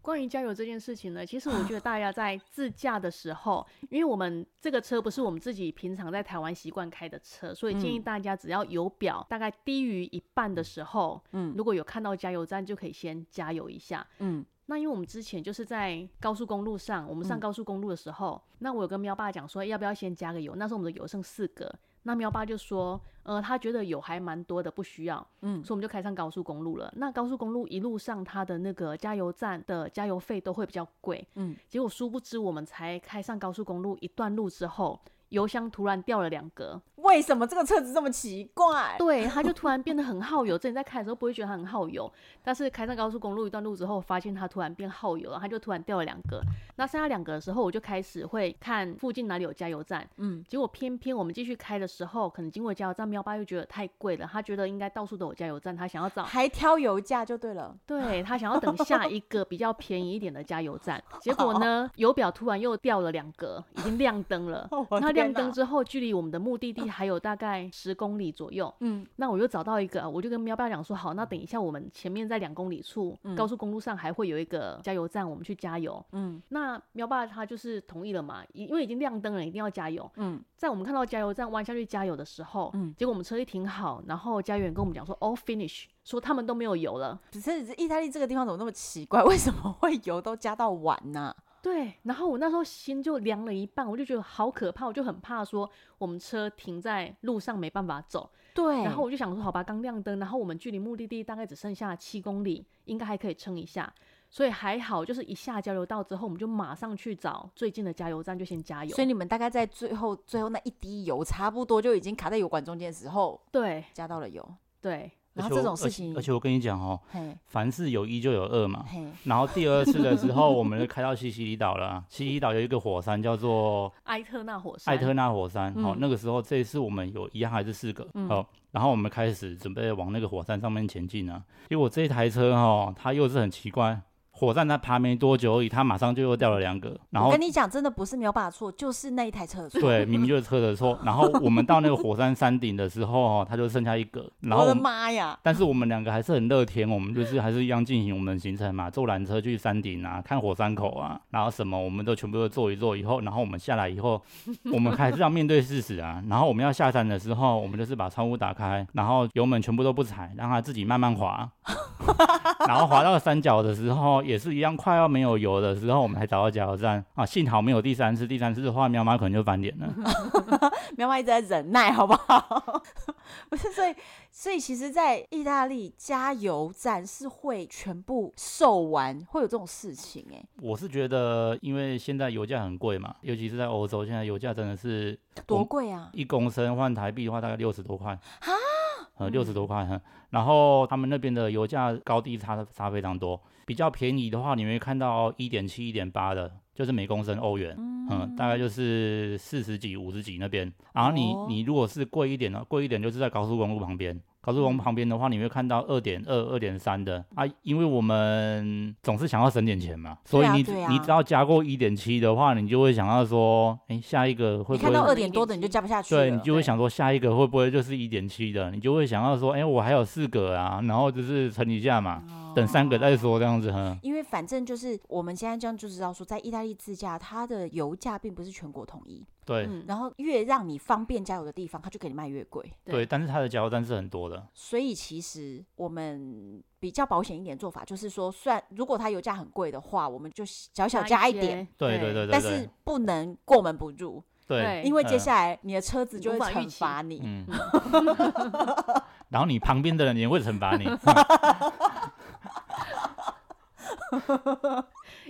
关于加油这件事情呢，其实我觉得啊大家在自驾的时候，因为我们这个车不是我们自己平常在台湾习惯开的车，所以建议嗯大家只要油表大概低于一半的时候，嗯如果有看到加油站，就可以先加油一下。嗯那因为我们之前就是在高速公路上，我们上嗯高速公路的时候，那我有跟喵爸讲说要不要先加个油，那时候我们的油剩四格，那喵爸就说，呃，他觉得油还蛮多的，不需要，嗯所以我们就开上高速公路了。那高速公路一路上，它的那个加油站的加油费都会比较贵。嗯，结果殊不知，我们才开上高速公路一段路之后，油箱突然掉了两格。为什么这个车子这么奇怪？对，它就突然变得很耗油。之前 在开的时候不会觉得它很耗油，但是开上高速公路一段路之后，发现它突然变耗油了，它就突然掉了两格。那剩下两格的时候，我就开始会看附近哪里有加油站。嗯，结果偏偏我们继续开的时候，可能经过加油站，喵爸又觉得太贵了，他觉得应该到处都有加油站，他想要找还挑油价就对了。。对他想要等下一个比较便宜一点的加油站，结果呢，油表突然又掉了两格，已经亮灯了 我那的亮天灯哪之后，距离我们的目的地还有大概十公里左右。嗯那我又找到一个，我就跟喵爸讲说，好，那等一下我们前面在两公里处、嗯高速公路上还会有一个加油站，我们去加油。嗯那喵爸他就是同意了嘛，因因为已经亮灯了，一定要加油。嗯，在我们看到加油站弯下去加油的时候，嗯结果我们车一停好，然后加油员跟我们讲说，all finish，说他们都没有油了。只是意大利这个地方怎么那么奇怪？为什么会油都加到碗呢、对，然后我那时候心就凉了一半，我就觉得好可怕，我就很怕说我们车停在路上没办法走。对然后我就想说，好吧，刚亮灯，然后我们距离目的地大概只剩下七公里，应该还可以撑一下。所以还好，就是一下交流道之后，我们就马上去找最近的加油站，就先加油。所以你们大概在最后最后那一滴油，差不多就已经卡在油管中间的时候，对加到了油。对，然后而啊且这我种而事且情，而且我跟你讲哦，嘿凡事有一就有二嘛。嘿，然后第二次的时候，我们就开到西西里岛 了啊。西西里岛有一个火山叫做埃特纳火山，艾特纳火山，好、嗯那个时候这一次我们有一样还是四个，好、嗯然后我们开始准备往那个火山上面前进啊。结果这一台车哈、它又是很奇怪，火山它爬没多久而已，它马上就又掉了两个，然我后跟你讲，真的不是没有把错，就是那一台车的错。对，明明就是车的错。然后我们到那个火山山顶的时候哦，它就剩下一个，然后我我的们妈呀！但是我们两个还是很乐天，我们就是还是一样进行我们的行程嘛，坐缆车去山顶啊，看火山口啊，然后什么我们都全部都坐一坐以后，然后我们下来以后，我们还是要面对事实啊。然后我们要下山的时候，我们就是把窗户打开，然后油门全部都不踩，让它自己慢慢滑。 然后滑到山脚的时候，也是一样，快要没有油的时候，我们才找到加油站啊。幸好没有第三次，第三次的话，喵妈可能就翻脸了。喵妈一直在忍耐，好不好？ 不是，所以所以其实，在意大利加油站是会全部售完，会有这种事情哎、我是觉得，因为现在油价很贵嘛，尤其是在欧洲，现在油价真的是我多们贵啊！一公升换台币的话，大概六十多块。哈呃，嗯六十多块哈。然后他们那边的油价高低差差非常多，比较便宜的话，你会看到一点七、一点八的，就是每公升欧元，嗯、大概就是四十几、五十几那边。然后你、哦你如果是贵一点的，贵一点就是在高速公路旁边。高速嗯公路旁边的话，你会看到二点二、二点三的啊，因为我们总是想要省点钱嘛，所以对啊你、对啊你只要加过一点七的话，你就会想要说，哎、下一个会你不看会到可二能点多的你就1.7加不下去了，对你就会对想说下一个会不会就是一点七的，你就会想要说，哎、我还有四个啊，然后就是乘一下嘛，等三个再说这样子哈。因为反正就是我们现在这样就知道说，在意大利自驾，它的油价并不是全国统一，对、嗯，然后越让你方便加油的地方，它就给你卖越贵。对，但是它的加油站是很多的，所以其实我们比较保险一点做法，就是说，虽然如果它油价很贵的话，我们就小小加一点，些，对对对但对是对不能过门不入，对，对因为接嗯下来你的车子就会无法预惩期罚你。嗯，然后你旁边的人也会惩 罚你，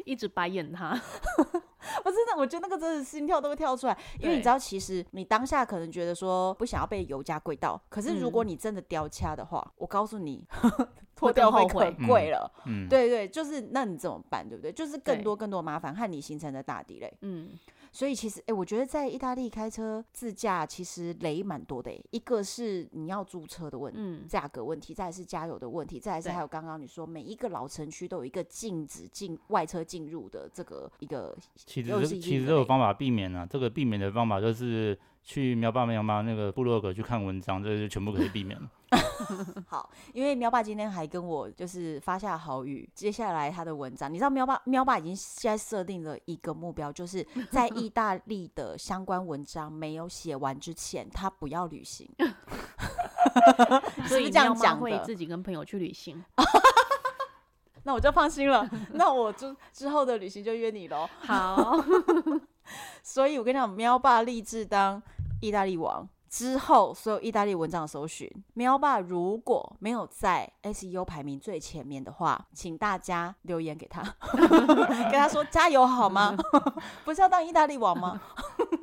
一直白眼他， 我真的，我觉得那个真的心跳都会跳出来，因为你对知道，其实你当下可能觉得说不想要被油价贵到，可是如果嗯你真的掉掐的话，我告诉你， 会脱更掉后可悔贵了。嗯，对对，就是那你怎么办，对不对？就是更对多更多麻烦和你形成的大地雷。嗯，所以其实，哎，我觉得在意大利开车自驾其实雷蛮多的诶，一个是你要租车的问题。 嗯，价格问题，再来是加油的问题，再来是对还有刚刚你说每一个老城区都有一个禁止进外车进入的这个一个其实又这是个一其实个这个类方法避免啊，这个避免的方法就是去喵爸喵妈那个部落格去看文章，这个就全部可以避免了。好，因为喵爸今天还跟我就是发下好语，接下来他的文章，你知道喵爸喵爸已经现在设定了一个目标， 就是在意大利的相关文章没有写完之前，他不要旅行。 所以这样喵妈讲会的自己跟朋友去 旅行，那我就放心了，那我就之后的旅行就约你 喽。好，所以我跟你讲，喵爸立志当意大利王。之后，所有意大利文章的搜寻，喵爸如果没有在 SEO 排名最前面的话，请大家留言给他， 跟他说加油好吗？ 不是要当意大利王吗？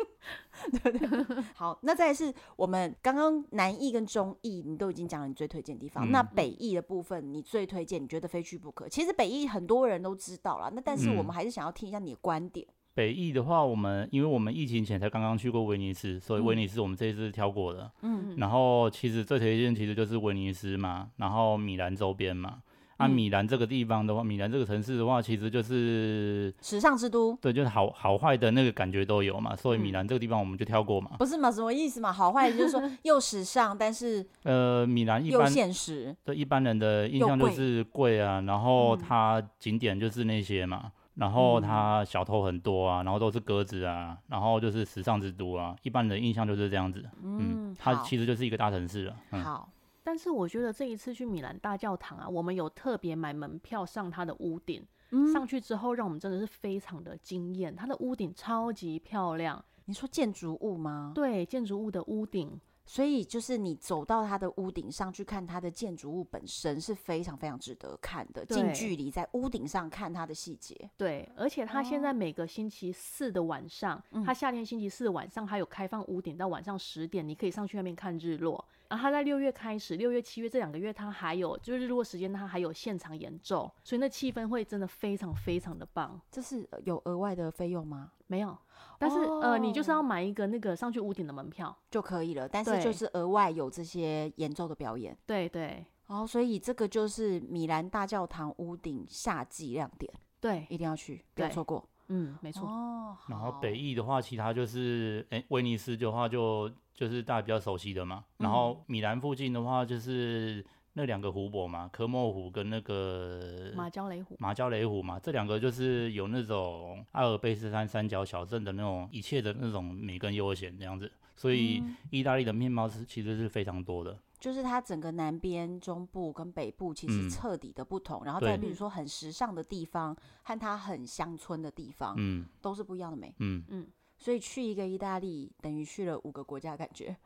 对不对？好，那再来是我们刚刚南艺跟中艺，你都已经讲了你最推荐的地方。嗯那北艺的部分，你最推荐，你觉得非去不可？其实北艺很多人都知道啦，那但是我嗯们还是想要听一下你的观点。北艺的话，我们因为我们疫情前才刚刚去过威尼斯，所以威嗯尼斯我们这一次挑过的。嗯然后其实最推荐其实就是威尼斯嘛，然后米兰周边嘛。啊，嗯米兰这个地方的话，米兰这个城市的话，其实就是时尚之都，对，就是好好坏的那个感觉都有嘛，所以米嗯兰这个地方我们就跳过嘛。不是嘛？什么意思嘛？好坏就是 说又时尚，但是呃，米兰一又般现实。对一般人的印又象就贵是贵啊，然后嗯它景点就是那些嘛，然后嗯它小偷很多啊，然后都是鸽子啊，然后就是时尚之都啊，一般人印象就是这样子。嗯，它好，其实就是一个大城市了。嗯，好，但是我觉得这一次去米兰大教堂啊，我们有特别买门票上它的屋顶，嗯，上去之后让我们真的是非常的惊艳，它的屋顶超级漂亮，你说建筑物吗？对，建筑物的屋顶所以就是你走到它的屋顶上去看它的建筑物本身是非常非常值得看的，近对距离在屋顶上看它的细节。对，而且它现在哦每个星期四的晚上，它夏天星期四的晚上还有开放五点到晚上十点，你可以上去那边看日落。然后它在六月开始，六月、七月这两个月，它还有就是日落时间，它还有现场演奏，所以那气氛会真的非常非常的棒。这是呃有额外的费用吗？没有，但是、呃，你就是哦要买一个那个上去屋顶的门票。就可以了，但是就对是额外有这些演奏的表演。对对哦，所以这个就是米兰大教堂屋顶夏季亮点，对，一定要去，不要对错过。嗯，没错。哦，然后好北翼的话，其他就是哎、诶威尼斯的话就就是大家比较熟悉的嘛。然后米兰附近的话，就是那两个湖泊嘛，科莫湖跟那个马焦雷湖，马焦雷湖嘛，这两个就是有那种阿尔卑斯山三角小镇的那种一切的那种美跟悠闲这样子，所以意大利的面貌是其实是非常多的。就是它整个南边、中部跟北部其实嗯彻底的不同，然后再对比如说很时尚的地方和它很乡村的地方、嗯都是不一样的美。嗯，所以去一个意大利，等于去了五个国家，感 觉。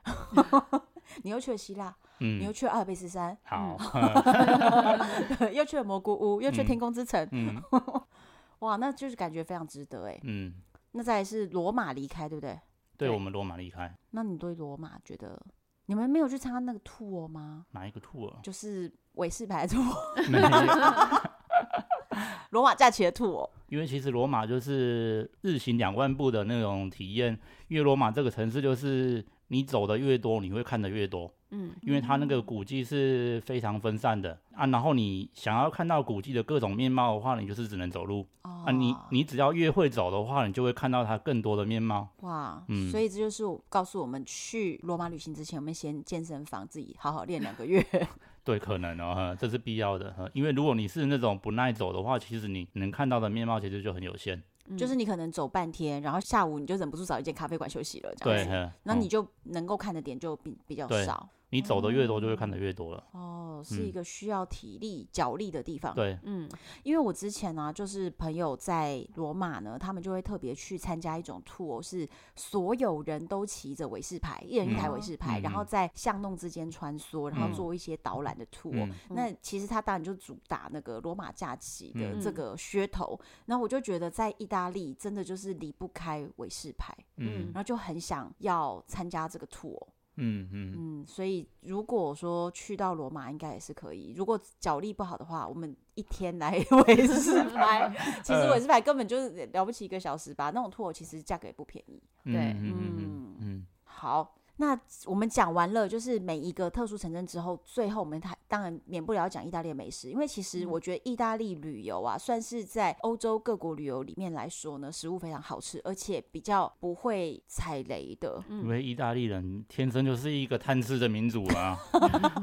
你又去了希腊，你又嗯，去了阿尔卑斯山， 好，又去了蘑菇屋，又去了天嗯空之城， 嗯哇，那就是感觉非常值得哎。嗯，那再来是罗马离开，对不对？对对我们罗马离开那你对罗马觉得，你们没有去参加那个 tour 吗？哪一个 tour？就是韦氏牌 tour，没有罗马假期的哦 tour。因为其实罗马就是日行两万步的那种体验，因为罗马这个城市就是你走的越多，你会看的越多，嗯，因为它那个古迹是非常分散的啊。然后你想要看到古迹的各种面貌的话，你就是只能走路哦啊。你你只要越会走的话，你就会看到它更多的面貌。哇，嗯所以这就是我告诉我们去罗马旅行之前，我们先健身房自己好好练两个 月。对，可能哦，呵这是必要的。呵因为如果你是那种不耐走的话，其实你能看到的面貌其实就很有限。就是嗯你可能走半天，然后下午你就忍不住找一间咖啡馆休息了，这对，样子。呵那你嗯就能够看的点就比比较对少你走的越多，就会看得越多了。哦，是一嗯个需要体力、脚力的地方。对，嗯因为我之前呢、就是朋友在罗马呢，他们就会特别去参加一种 tour，是所有人都骑着韦氏牌，一人一台嗯韦氏牌，嗯然后在巷弄之间穿梭，然后嗯做一些导览的 tour、嗯那其实他当然就主打那个罗马假期的嗯这个噱头，然后我就觉得在意大利真的就是离不开韦氏牌，嗯然后就很想要参加这个 tour。嗯嗯，嗯，所以如果说去到罗马，应该也是可以。如果脚力不好的话，我们一天来 维斯牌，其实呃维斯牌根本就是了不起一个小时吧。那种 tour 其实价格也不便宜。嗯对嗯嗯嗯嗯。好，那我们讲完了，就是每一个特殊城镇之后，最后我们还当然免不了要讲意大利的美食，因为其实嗯我觉得意大利旅游啊，算是在欧洲各国旅游里面来说呢，食物非常好吃，而且比较不会踩雷的。因为意大利人天生就是一个贪吃的民族 啊，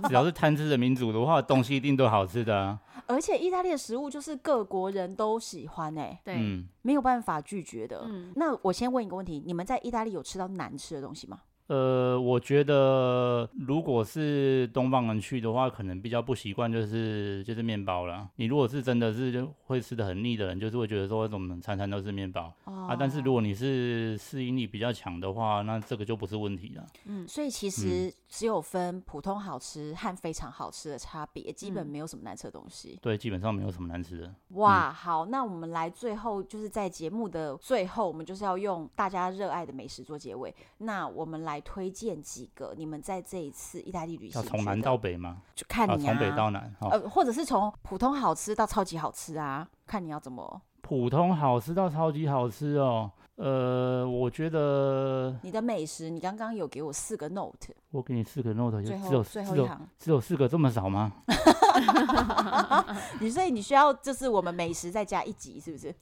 只要是贪吃的民族的话，东西一定都好吃的啊、而且意大利的食物就是各国人都喜欢哎、对，嗯，没有办法拒绝的。嗯那我先问一个问题：你们在意大利有吃到难吃的东西吗？呃，我觉得如果是东方人去的话，可能比较不习惯，就是就是面包了。你如果是真的是就会吃的很腻的人，就是会觉得说怎么餐餐都是面包、哦啊。但是哦如果你是适应力比较强的话，那这个就不是问题了。嗯所以嗯其实只有分普通好吃和非常好吃的差别，基本嗯没有什么难吃的东西。对，基本上没有什么难吃的。哇，好，那我们来最后就是在节目的最后，我们就是要用大家热爱的美食做结尾。那我们来推荐几个你们在这一次意大利旅行要从觉南得到北吗？就看啊，你啊，从北到南。哦、呃，或者是从普通好吃到超级好吃啊，看你要怎么普通好吃到超级好吃哦。呃，我觉得你的美食。你刚刚有给我四个 note，我给你四个 note，就最只后有最后只一有行，只有四个这么少吗？ 你所以你需要就是我们美食再加一集，是不是？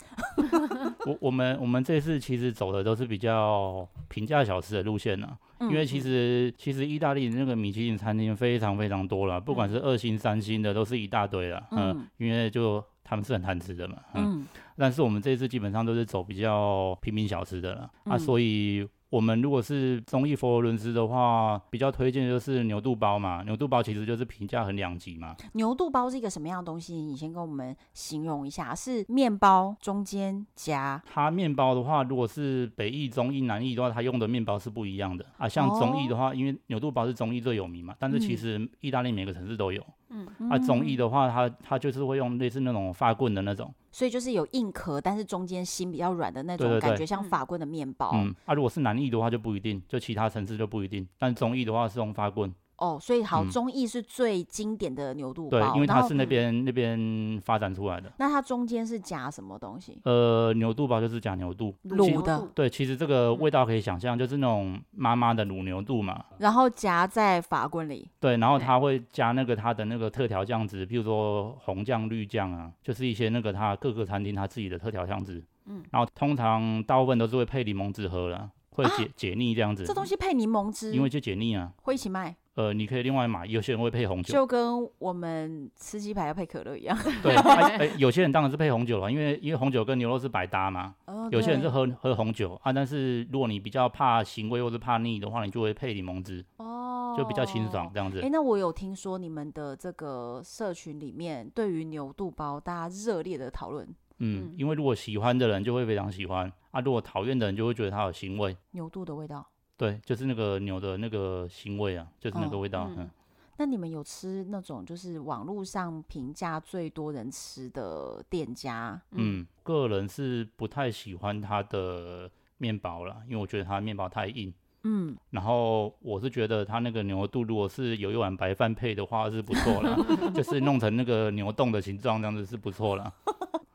我我们我们这次其实走的都是比较平价小吃的路线呢、啊因为其嗯实其实意大利的那个米其林餐厅非常非常多了，不管是二星三星的都是一大堆了，嗯、嗯因为就他们是很贪吃的嘛，嗯，嗯但是我们这次基本上都是走比较平民小吃的了、啊，嗯所以我们如果是中意佛罗伦斯的话，比较推荐的就是牛肚包嘛。牛肚包其实就是评价很两极嘛，牛肚包是一个什么样的东西？你先跟我们形容一下，是面包中间夹它面包的话，如果是北艺、中艺、南艺的话，它用的面包是不一样的啊。像中艺的话，因为牛肚包是中艺最有名嘛，但是其哦嗯实意大利每个城市都有、嗯，啊。嗯中艺的话，它它就是会用类似那种发棍的那种，所以就是有硬壳，但是中间心比较软的那对种对感对觉，像嗯法棍的面包。嗯啊。如果是南艺的话就不一定，就其他城市就不一定，但中艺的话是用发棍，哦，所以好，嗯中意是最经典的牛肚包，对，因为它然后是那边那边发展出来的。那它中间是夹什么东西？呃，牛肚包就是假牛肚，卤的对，其实这个嗯味道可以想象，就是那种妈妈的卤牛肚嘛，然后夹在法棍里，对，然后对它会加那个它的那个特调酱汁，譬如说红酱、绿酱啊，就是一些那个它各个餐厅它自己的特调酱汁，嗯，然后通常大部分都是会配柠檬汁喝了，会解、解腻这样子啊这，东西配柠檬汁，因为就解腻啊，会一起卖，呃，你可以另外买，有些人会配红酒，就跟我们吃鸡排要配可乐一样。 对、啊呃有些人当然是配红酒了，因为因为红酒跟牛肉是百搭嘛，哦有些人对是喝喝红酒啊，但是如果你比较怕腥味或是怕腻的话，你就会配柠檬汁，哦，就比较清爽。这样子哎，。那我有听说你们的这个社群里面，对于牛肚包大家热烈的讨论，嗯嗯，因为如果喜欢的人就会非常喜欢啊，如果讨厌的人就会觉得它有腥味。牛肚的味道。对，就是那个牛的那个腥味啊，就是那个味道。嗯嗯，那你们有吃那种就是网络上评价最多人吃的店家？嗯个人是不太喜欢它的面包啦，因为我觉得它的面包太硬。嗯，然后我是觉得它那个牛肚，如果是有一碗白饭配的话是不错啦，就是弄成那个牛洞的形状，这样子是不错啦。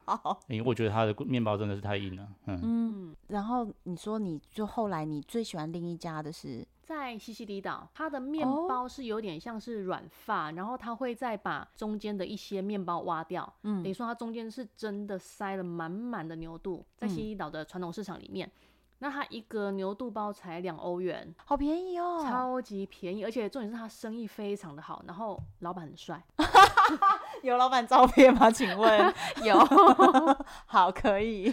好，因为我觉得它的面包真的是太硬了。嗯，嗯。嗯，然后你说你就后来你最喜欢另一家的是在西西里岛，它的面哦包是有点像是软发，然后它会再把中间的一些面包挖掉，嗯等于说它中间是真的塞了满满的牛肚，在西西里岛的传统市场里面，那它一个牛肚包才两欧元，好便宜哦，超级便宜，而且重点是他生意非常的好，然后老板很帅，有老板照片吗？请问 有？好，可以，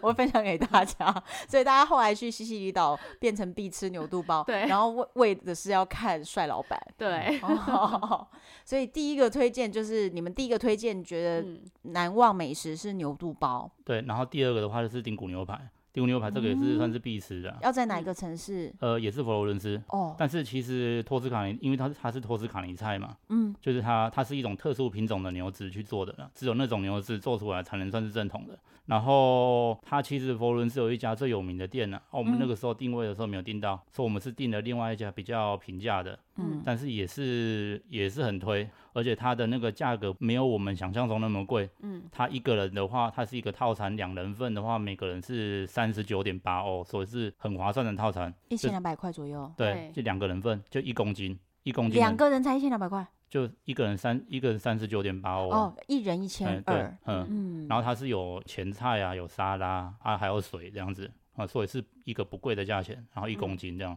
我分享给大家。所以大家后来去西西里岛变成必吃牛肚包，对然后为为的是要看帅老板。 对，哦，所以第一个推荐就是你们第一个推荐觉得嗯，难忘美食是牛肚包，对。然后第二个的话就是丁骨牛排，丁骨牛排这个也是算是必吃的啊、要在哪一个城市？呃，也是佛罗伦斯。嗯哦，但是其实托斯卡尼，因为它是它是托斯卡尼菜嘛，嗯，就是它它是一种特殊品种的牛脂去做的啦，只有那种牛脂做出来才能算是正统的。然后它其实佛罗伦斯有一家最有名的店呢、啊，我们那嗯个时候定位的时候没有订到，所以我们是订了另外一家比较平价的，嗯但是也是也是很推，而且它的那个价格没有我们想象中那么贵。嗯，它一个人的话，它是一个套餐，两人份的话，每个人是三十九点八欧，所以是很划算的套餐。一千两百块左右，对对，就两个人份，就一公斤，一公斤两的个人才一千两百块就一个人三一个人三十九点八欧啊，哦，一人一嗯千对二，，嗯，嗯，然后它是有前菜啊，有沙拉啊，还有水这样子啊，所以是一个不贵的价钱，然后一公斤这样。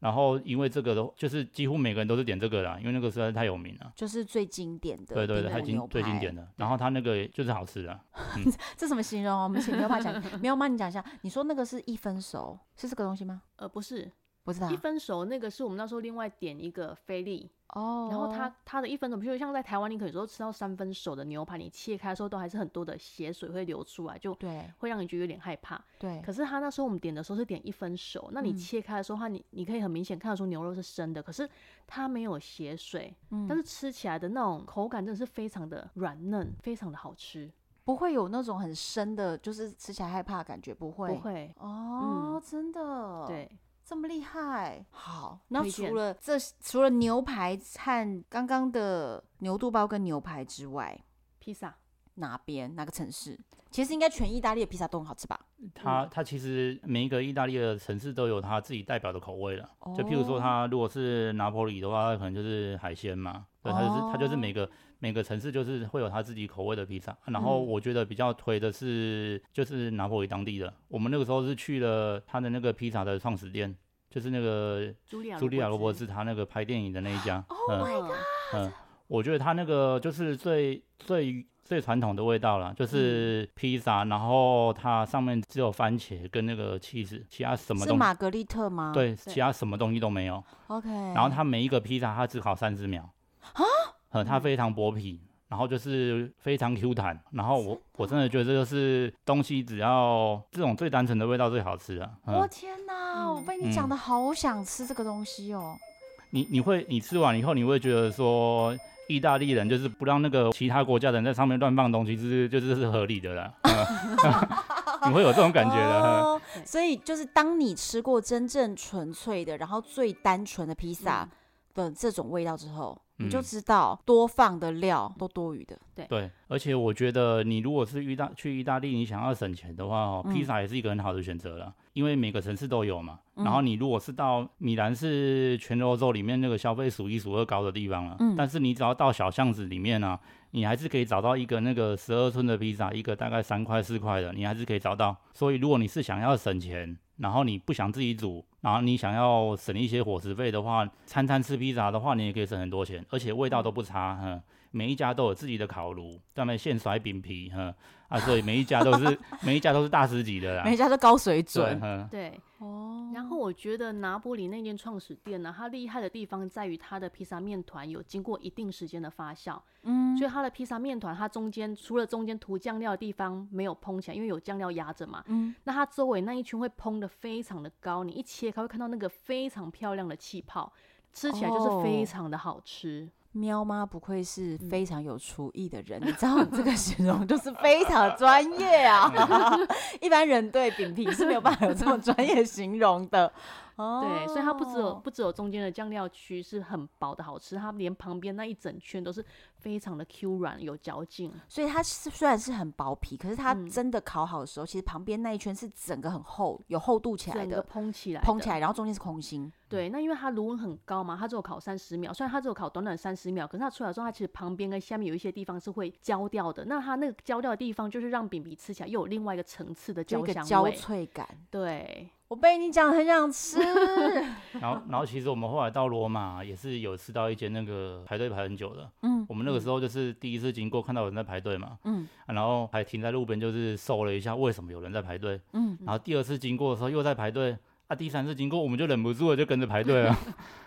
然后因为这个的，就是几乎每个人都是点这个啦，因为那个实在是太有名了。就是最经典的对对对，丁它已骨经牛最经排典的。然后它那个就是好吃的，这怎么形容？我们请牛排讲， 没有吗？你讲一下，你说那个是一分熟，是这个东西吗？呃，不是，不知道一分熟那个是我们那时候另外点一个菲力，哦。然后它它的一分熟，比如像在台湾，你可能有时候吃到三分熟的牛排，你切开的时候都还是很多的血水会流出来，就对会让你觉得有点害怕。对可是它那时候我们点的时候是点一分熟，那你嗯切开的时候，它你你可以很明显看得出牛肉是生的，可是它没有血水，嗯但是吃起来的那种口感真的是非常的软嫩，非常的好吃，不会有那种很深的，就是吃起来害怕的感觉，不会不会，哦，嗯真的对，这么厉害。好，那推荐除了这除了牛排和刚刚的牛肚包跟牛排之外，披萨，哪边哪个城市？其实应该全意大利的披萨都很好吃吧？它它其实每一个意大利的城市都有它自己代表的口味了。就譬如说，哦它如果是拿坡里的话，它可能就是海鲜嘛，对，它就是它就是每个每个城市就是会有它自己口味的披萨。然后嗯我觉得比较推的是就是拿坡里当地的，我们那个时候是去了它的那个披萨的创始店，就是那个茱莉亚茱莉亚罗伯兹兹他那个拍电影的那一家，嗯 my 嗯嗯，我觉得它那个就是最最最传统的味道了，就是披萨，然后它上面只有番茄跟那个 cheese，其他什么是东西玛格丽特吗？对，其他什么东西都没有。 ，OK。然后它每一个披萨它只烤三十秒啊，呃，它非常薄皮，然后就是非常 Q 弹，然后我我真的觉得这就是东西只要这种最单纯的味道最好吃了。我嗯，天哪！我嗯被你嗯讲的好想吃这个东西哦。你你会你吃完以后你会觉得说。意大利人就是不让那个其他国家的人在上面乱放东西，就是就是是合理的啦。 嗯你会有这种感觉的。嗯哦所以就是当你吃过真正纯粹的，然后最单纯的披萨嗯的这种味道之后，你就嗯知道多放的料都多余的。 对，而且我觉得你如果是意大去意大利，你想要省钱的话、哦，披嗯萨也是一个很好的选择了，因为每个城市都有嘛。嗯然后你如果是到米兰，是全欧洲里面那个消费数一数二高的地方了，嗯但是你只要到小巷子里面呢、啊，你还是可以找到一个那个十二寸的披萨，一个大概三块四块的，你还是可以找到。所以如果你是想要省钱，然后你不想自己煮，然后你想要省一些伙食费的话，餐餐吃披萨的话，你也可以省很多钱，而且味道都不差，嗯。每一家都有自己的烤炉，专门现甩饼皮，哼 啊，所以每一家都是每一家都是大师级的啦每，家都高水啊对，准哼，对，哦然后我觉得拿玻里那间创始店呢，它厉害的地方在于它的披萨面团有经过一定时间的发酵，嗯所以它的披萨面团它中间除了中间涂酱料的地方没有蓬起来，因为有酱料压着嘛，嗯，那它周围那一圈会蓬的非常的高，你一切开会看到那个非常漂亮的气泡，吃起来就是哦非常的好吃。 喵妈不愧是嗯非常有厨艺的人，你知道你这个形容就是非常专业 啊，一般人对饼皮是没有办法有这么专业形容的。哦，对，所以它不只有不只有中间的酱料区是很薄的好吃，它连旁边那一整圈都是非常的 Q 软有嚼劲。所以它是虽然是很薄皮，可是它嗯真的烤好的时候，其实旁边那一圈是整个很厚，有厚度起来整个的，蓬起来，蓬起来，。然后中间是空心。对，那因为它炉温很高嘛，它只有烤三十秒，虽然它只有烤短短三十秒，可是它出来之后，它其实旁边跟下面有一些地方是会焦掉的。那它那个焦掉的地方，就是让饼皮吃起来又有另外一个层次的就焦一个香焦味。脆感。对，我被你讲得很 想吃，然后然后其实我们后来到罗马也是有吃到一间那个排队排很久的，嗯我们那个时候就是第一次经过看到有人在排队嘛，嗯啊然后还停在路边就是搜了一下为什么有人在排队，嗯，然后第二次经过的时候又在排队，啊第三次经过我们就忍不住了就跟着排 队了。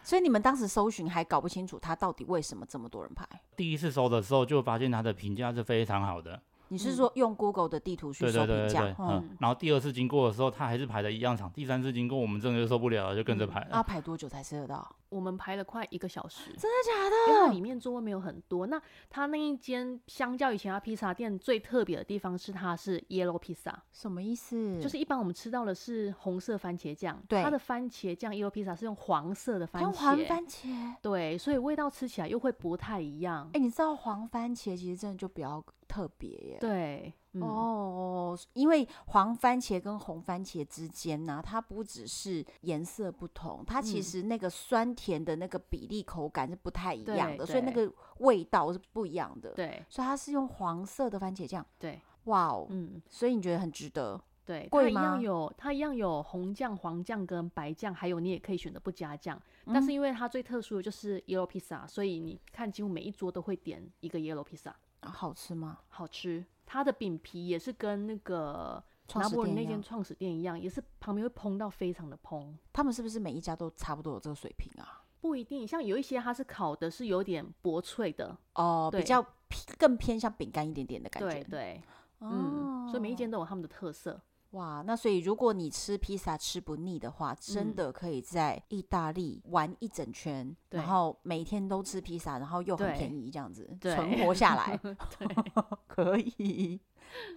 所以你们当时搜寻还搞不清楚它到底为什么这么多人排？第一次搜的时候就发现它的评价是非常好的，你是嗯说用 Google 的地图去对搜对评对对价对，，嗯，嗯。然后第二次经过的时候，他还是排的一样长，第三次经过我们真的就受不了了，就跟着排那要了。排多久才吃得到？我们排了快一个小时，真的假因为它的？里面座位没有很多。那它那一间相较以前它披萨店最特别的地方是它是 yellow 披萨，什么意思？就是一般我们吃到的是红色番茄酱，嗯对它的番茄酱 yellow 披萨是用黄色的它番用茄，黄番茄。哎对，所以味道吃起来又会不太一样。哎，你知道黄番茄其实真的就比较特别耶。对，嗯、哦，因为黄番茄跟红番茄之间呢、它不只是颜色不同，它其嗯实那个酸甜的那个比例、口感是不太一对样的，所以那对个味道是不一样的。，对所以它是用黄色的番茄酱，对，哇哦！嗯所以你觉得很值得？对，它贵一吗样有它一样有红酱、黄酱跟白酱，还有你也可以选择不加酱，但嗯是因为它最特殊的就是 yellow pizza，所以你看几乎每一桌都会点一个 yellow pizza，啊好吃吗？好吃。它的饼皮也是跟那个创拿始破店仑那一间样创始店一样，也是旁边会蓬到非常的蓬。他们是不是每一家都差不多有这个水平啊？不一定，像有一些它是烤的是有点薄脆的，哦，比对较偏更偏向饼干一点点的感觉。对对，哦，嗯，所以每一间都有他们的特色。哇，那所以如果你吃披萨吃不腻的话，真嗯的可以在意大利玩一整圈，对然后每天都吃披萨，然后又很对便宜，这样子对存活下来 对， 可以。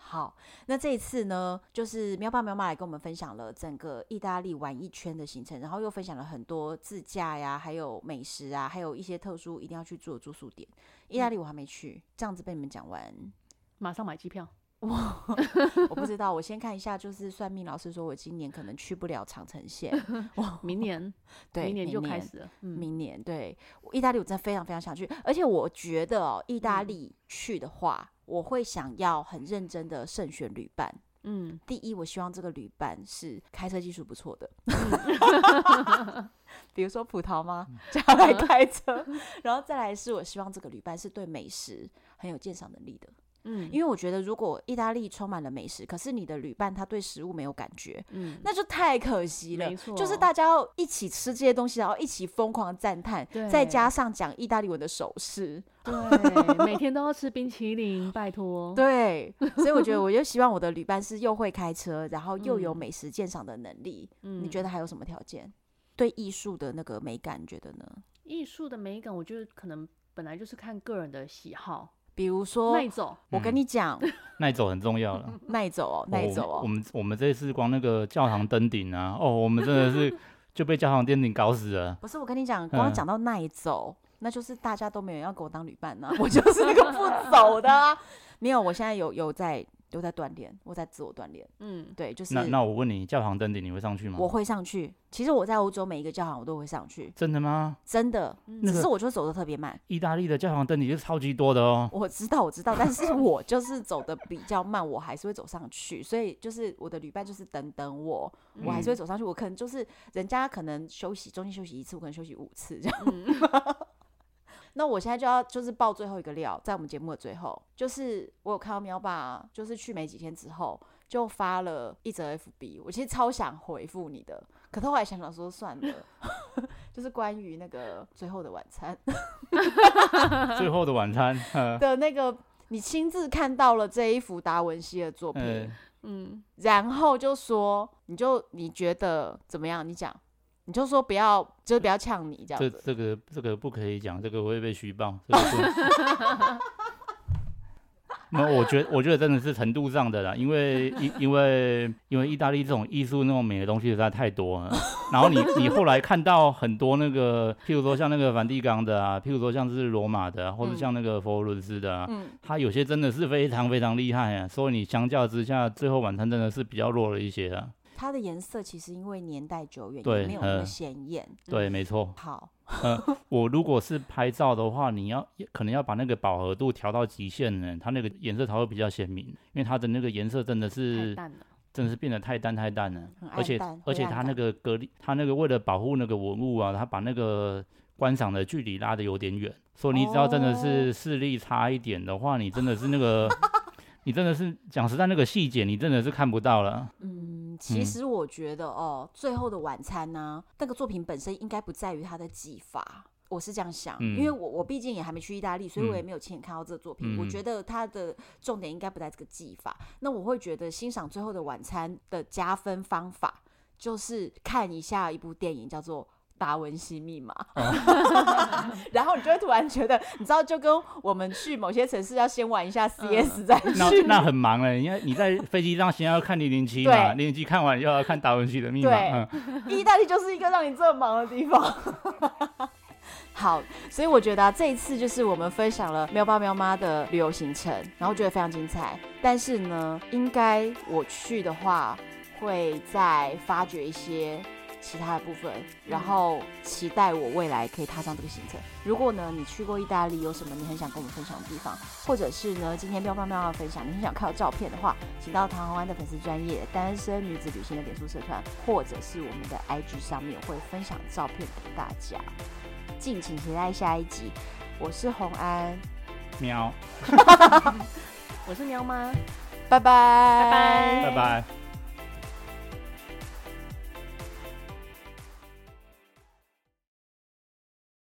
好，那这一次呢，就是喵爸喵妈来跟我们分享了整个意大利玩一圈的行程，然后又分享了很多自驾呀，还有美食啊，还有一些特殊一定要去住的住宿点。意嗯大利我还没去，这样子被你们讲完，马上买机票。我不知道，我先看一下，就是算命老师说我今年可能去不了长城 线，明年，哦对，明年就开年。始了。嗯，明年对我意大利，我真的非常非常想去，而且我觉得哦，意嗯大利去的话，我会想要很认真的慎选旅伴。嗯，嗯第一，我希望这个旅伴是开车技术不错的，比如说葡萄吗？叫他来开车，然后再来是我希望这个旅伴是对美食很有鉴赏能力的，嗯，因为我觉得如果意大利充满了美食，可是你的旅伴他对食物没有感觉，嗯，那就太可惜了没。错就是大家要一起吃这些东西，然后一起疯狂赞叹，对再加上讲意大利文的手势，对，每天都要吃冰淇淋，拜托。对，所以我觉得我就希望我的旅伴是又会开车，然后又有嗯美食鉴赏的能力。嗯，你觉得还有什么条件？对艺术的那个美感，你觉得呢？艺术的美感，我觉得可能本来就是看个人的喜好，比如说，耐走。我跟你 讲，耐走很重要了。耐走哦，耐走嗯我哦，们我们这次光那个教堂登顶啊，哦，我们真 的是就被教堂登顶搞死了。不是我跟你讲，光嗯讲到耐走，那就是大家都没有人要跟我当旅伴呢、我就是那个不走的 啊、没有，我现在有有在有在锻炼，我在自我锻炼，嗯，对，就是那那我问你，教堂登顶你会上去吗我？会上去。其实我在欧洲每一个教堂我都会上去，真的吗？真的，那只个是我就走的特别慢。意大利的教堂登顶是超级多的 哦。我知道，我知道，但是我就是走的比较慢，我还是会走上去。所以就是我的旅伴就是等等我，我还是会走上去。我可能就是人家可能休息中间休息一次，我可能休息五次这样。 那我现在就要就是爆最后一个料，在我们节目的最后，就是我有看到喵爸，就是去没几天之后就发了一则 FB，我其实超想回复你的，可是后来想想说算了， 就是关于那个最后的晚餐。最后的 晚餐，呃，的那个，你亲自看到了这一幅达文西的作品，呃嗯，然后就说，你就你觉得怎么样？你讲，你就说不要，就是不要呛你这这样子。这个这个不可以讲，这个会被虚报。这个不没有，我觉得我觉得真的是程度上的啦，因为因因为因为意大利这种艺术那种美的东西实在太多了。然后你你后来看到很多那个，譬如说像那个梵蒂冈的啊，譬如说像是罗马的、啊，或者嗯像那个佛罗伦斯的啊，嗯，它有些真的是非常非常厉害啊。所以你相较之下，最后晚餐真的是比较弱了一些啊。它的颜色其实因为年代久远，也对没有那么嗯鲜艳。对，没错。好，呃我如果是拍照的话，你要可能要把那个饱和度调到极限呢，它那个颜色才会比较鲜明，因为它的那个颜色真的太是淡了。真的是变得太淡太淡了，很而且暗淡，而且灰暗它那感个隔离，它那个为了保护那个文物啊，它把那个观赏的距离拉得有点远，所以你只要真的是视力差一点的话，你真的是那个，你真的是讲实在那个细节，你真的是看不到了。嗯，其嗯实我觉得哦，最后的晚餐呢、那个作品本身应该不在于它的技法，我是这样想，因为嗯我我毕竟也还没去意大利，所以我也没有亲眼看到这个作品。我嗯觉得它的重点应该不在这个技法，那我会觉得欣赏《最后的晚餐》的加分方法就是看一下一部电影叫做。达文西密码，哦 然后你就会突然觉得，你知道，就跟我们去某些城市要先玩一下嗯 CS 再去，那那很忙了，因为你在飞机上先要看零零七对嘛，零零七看完又要看达文西的密码，对嗯。意大利就是一个让你这么忙的地方。好，所以我觉得、啊、这一次就是我们分享了喵爸喵妈的旅游行程，然后觉得非常精彩。但是呢，应该我去的话，会再发掘一些其他的部分，然后期待我未来可以踏上这个行程。如果呢，你去过意大利，有什么你很想跟我们分享的地方，或者是呢，今天喵喵喵的分享，你很想看到照片的话，请到唐红安的粉丝专业单身女子旅行的脸书社团，或者是我们的 IG 上面会分享照片给大家，敬请期待下一集。我是红安，喵，我是喵妈，拜拜，拜拜拜。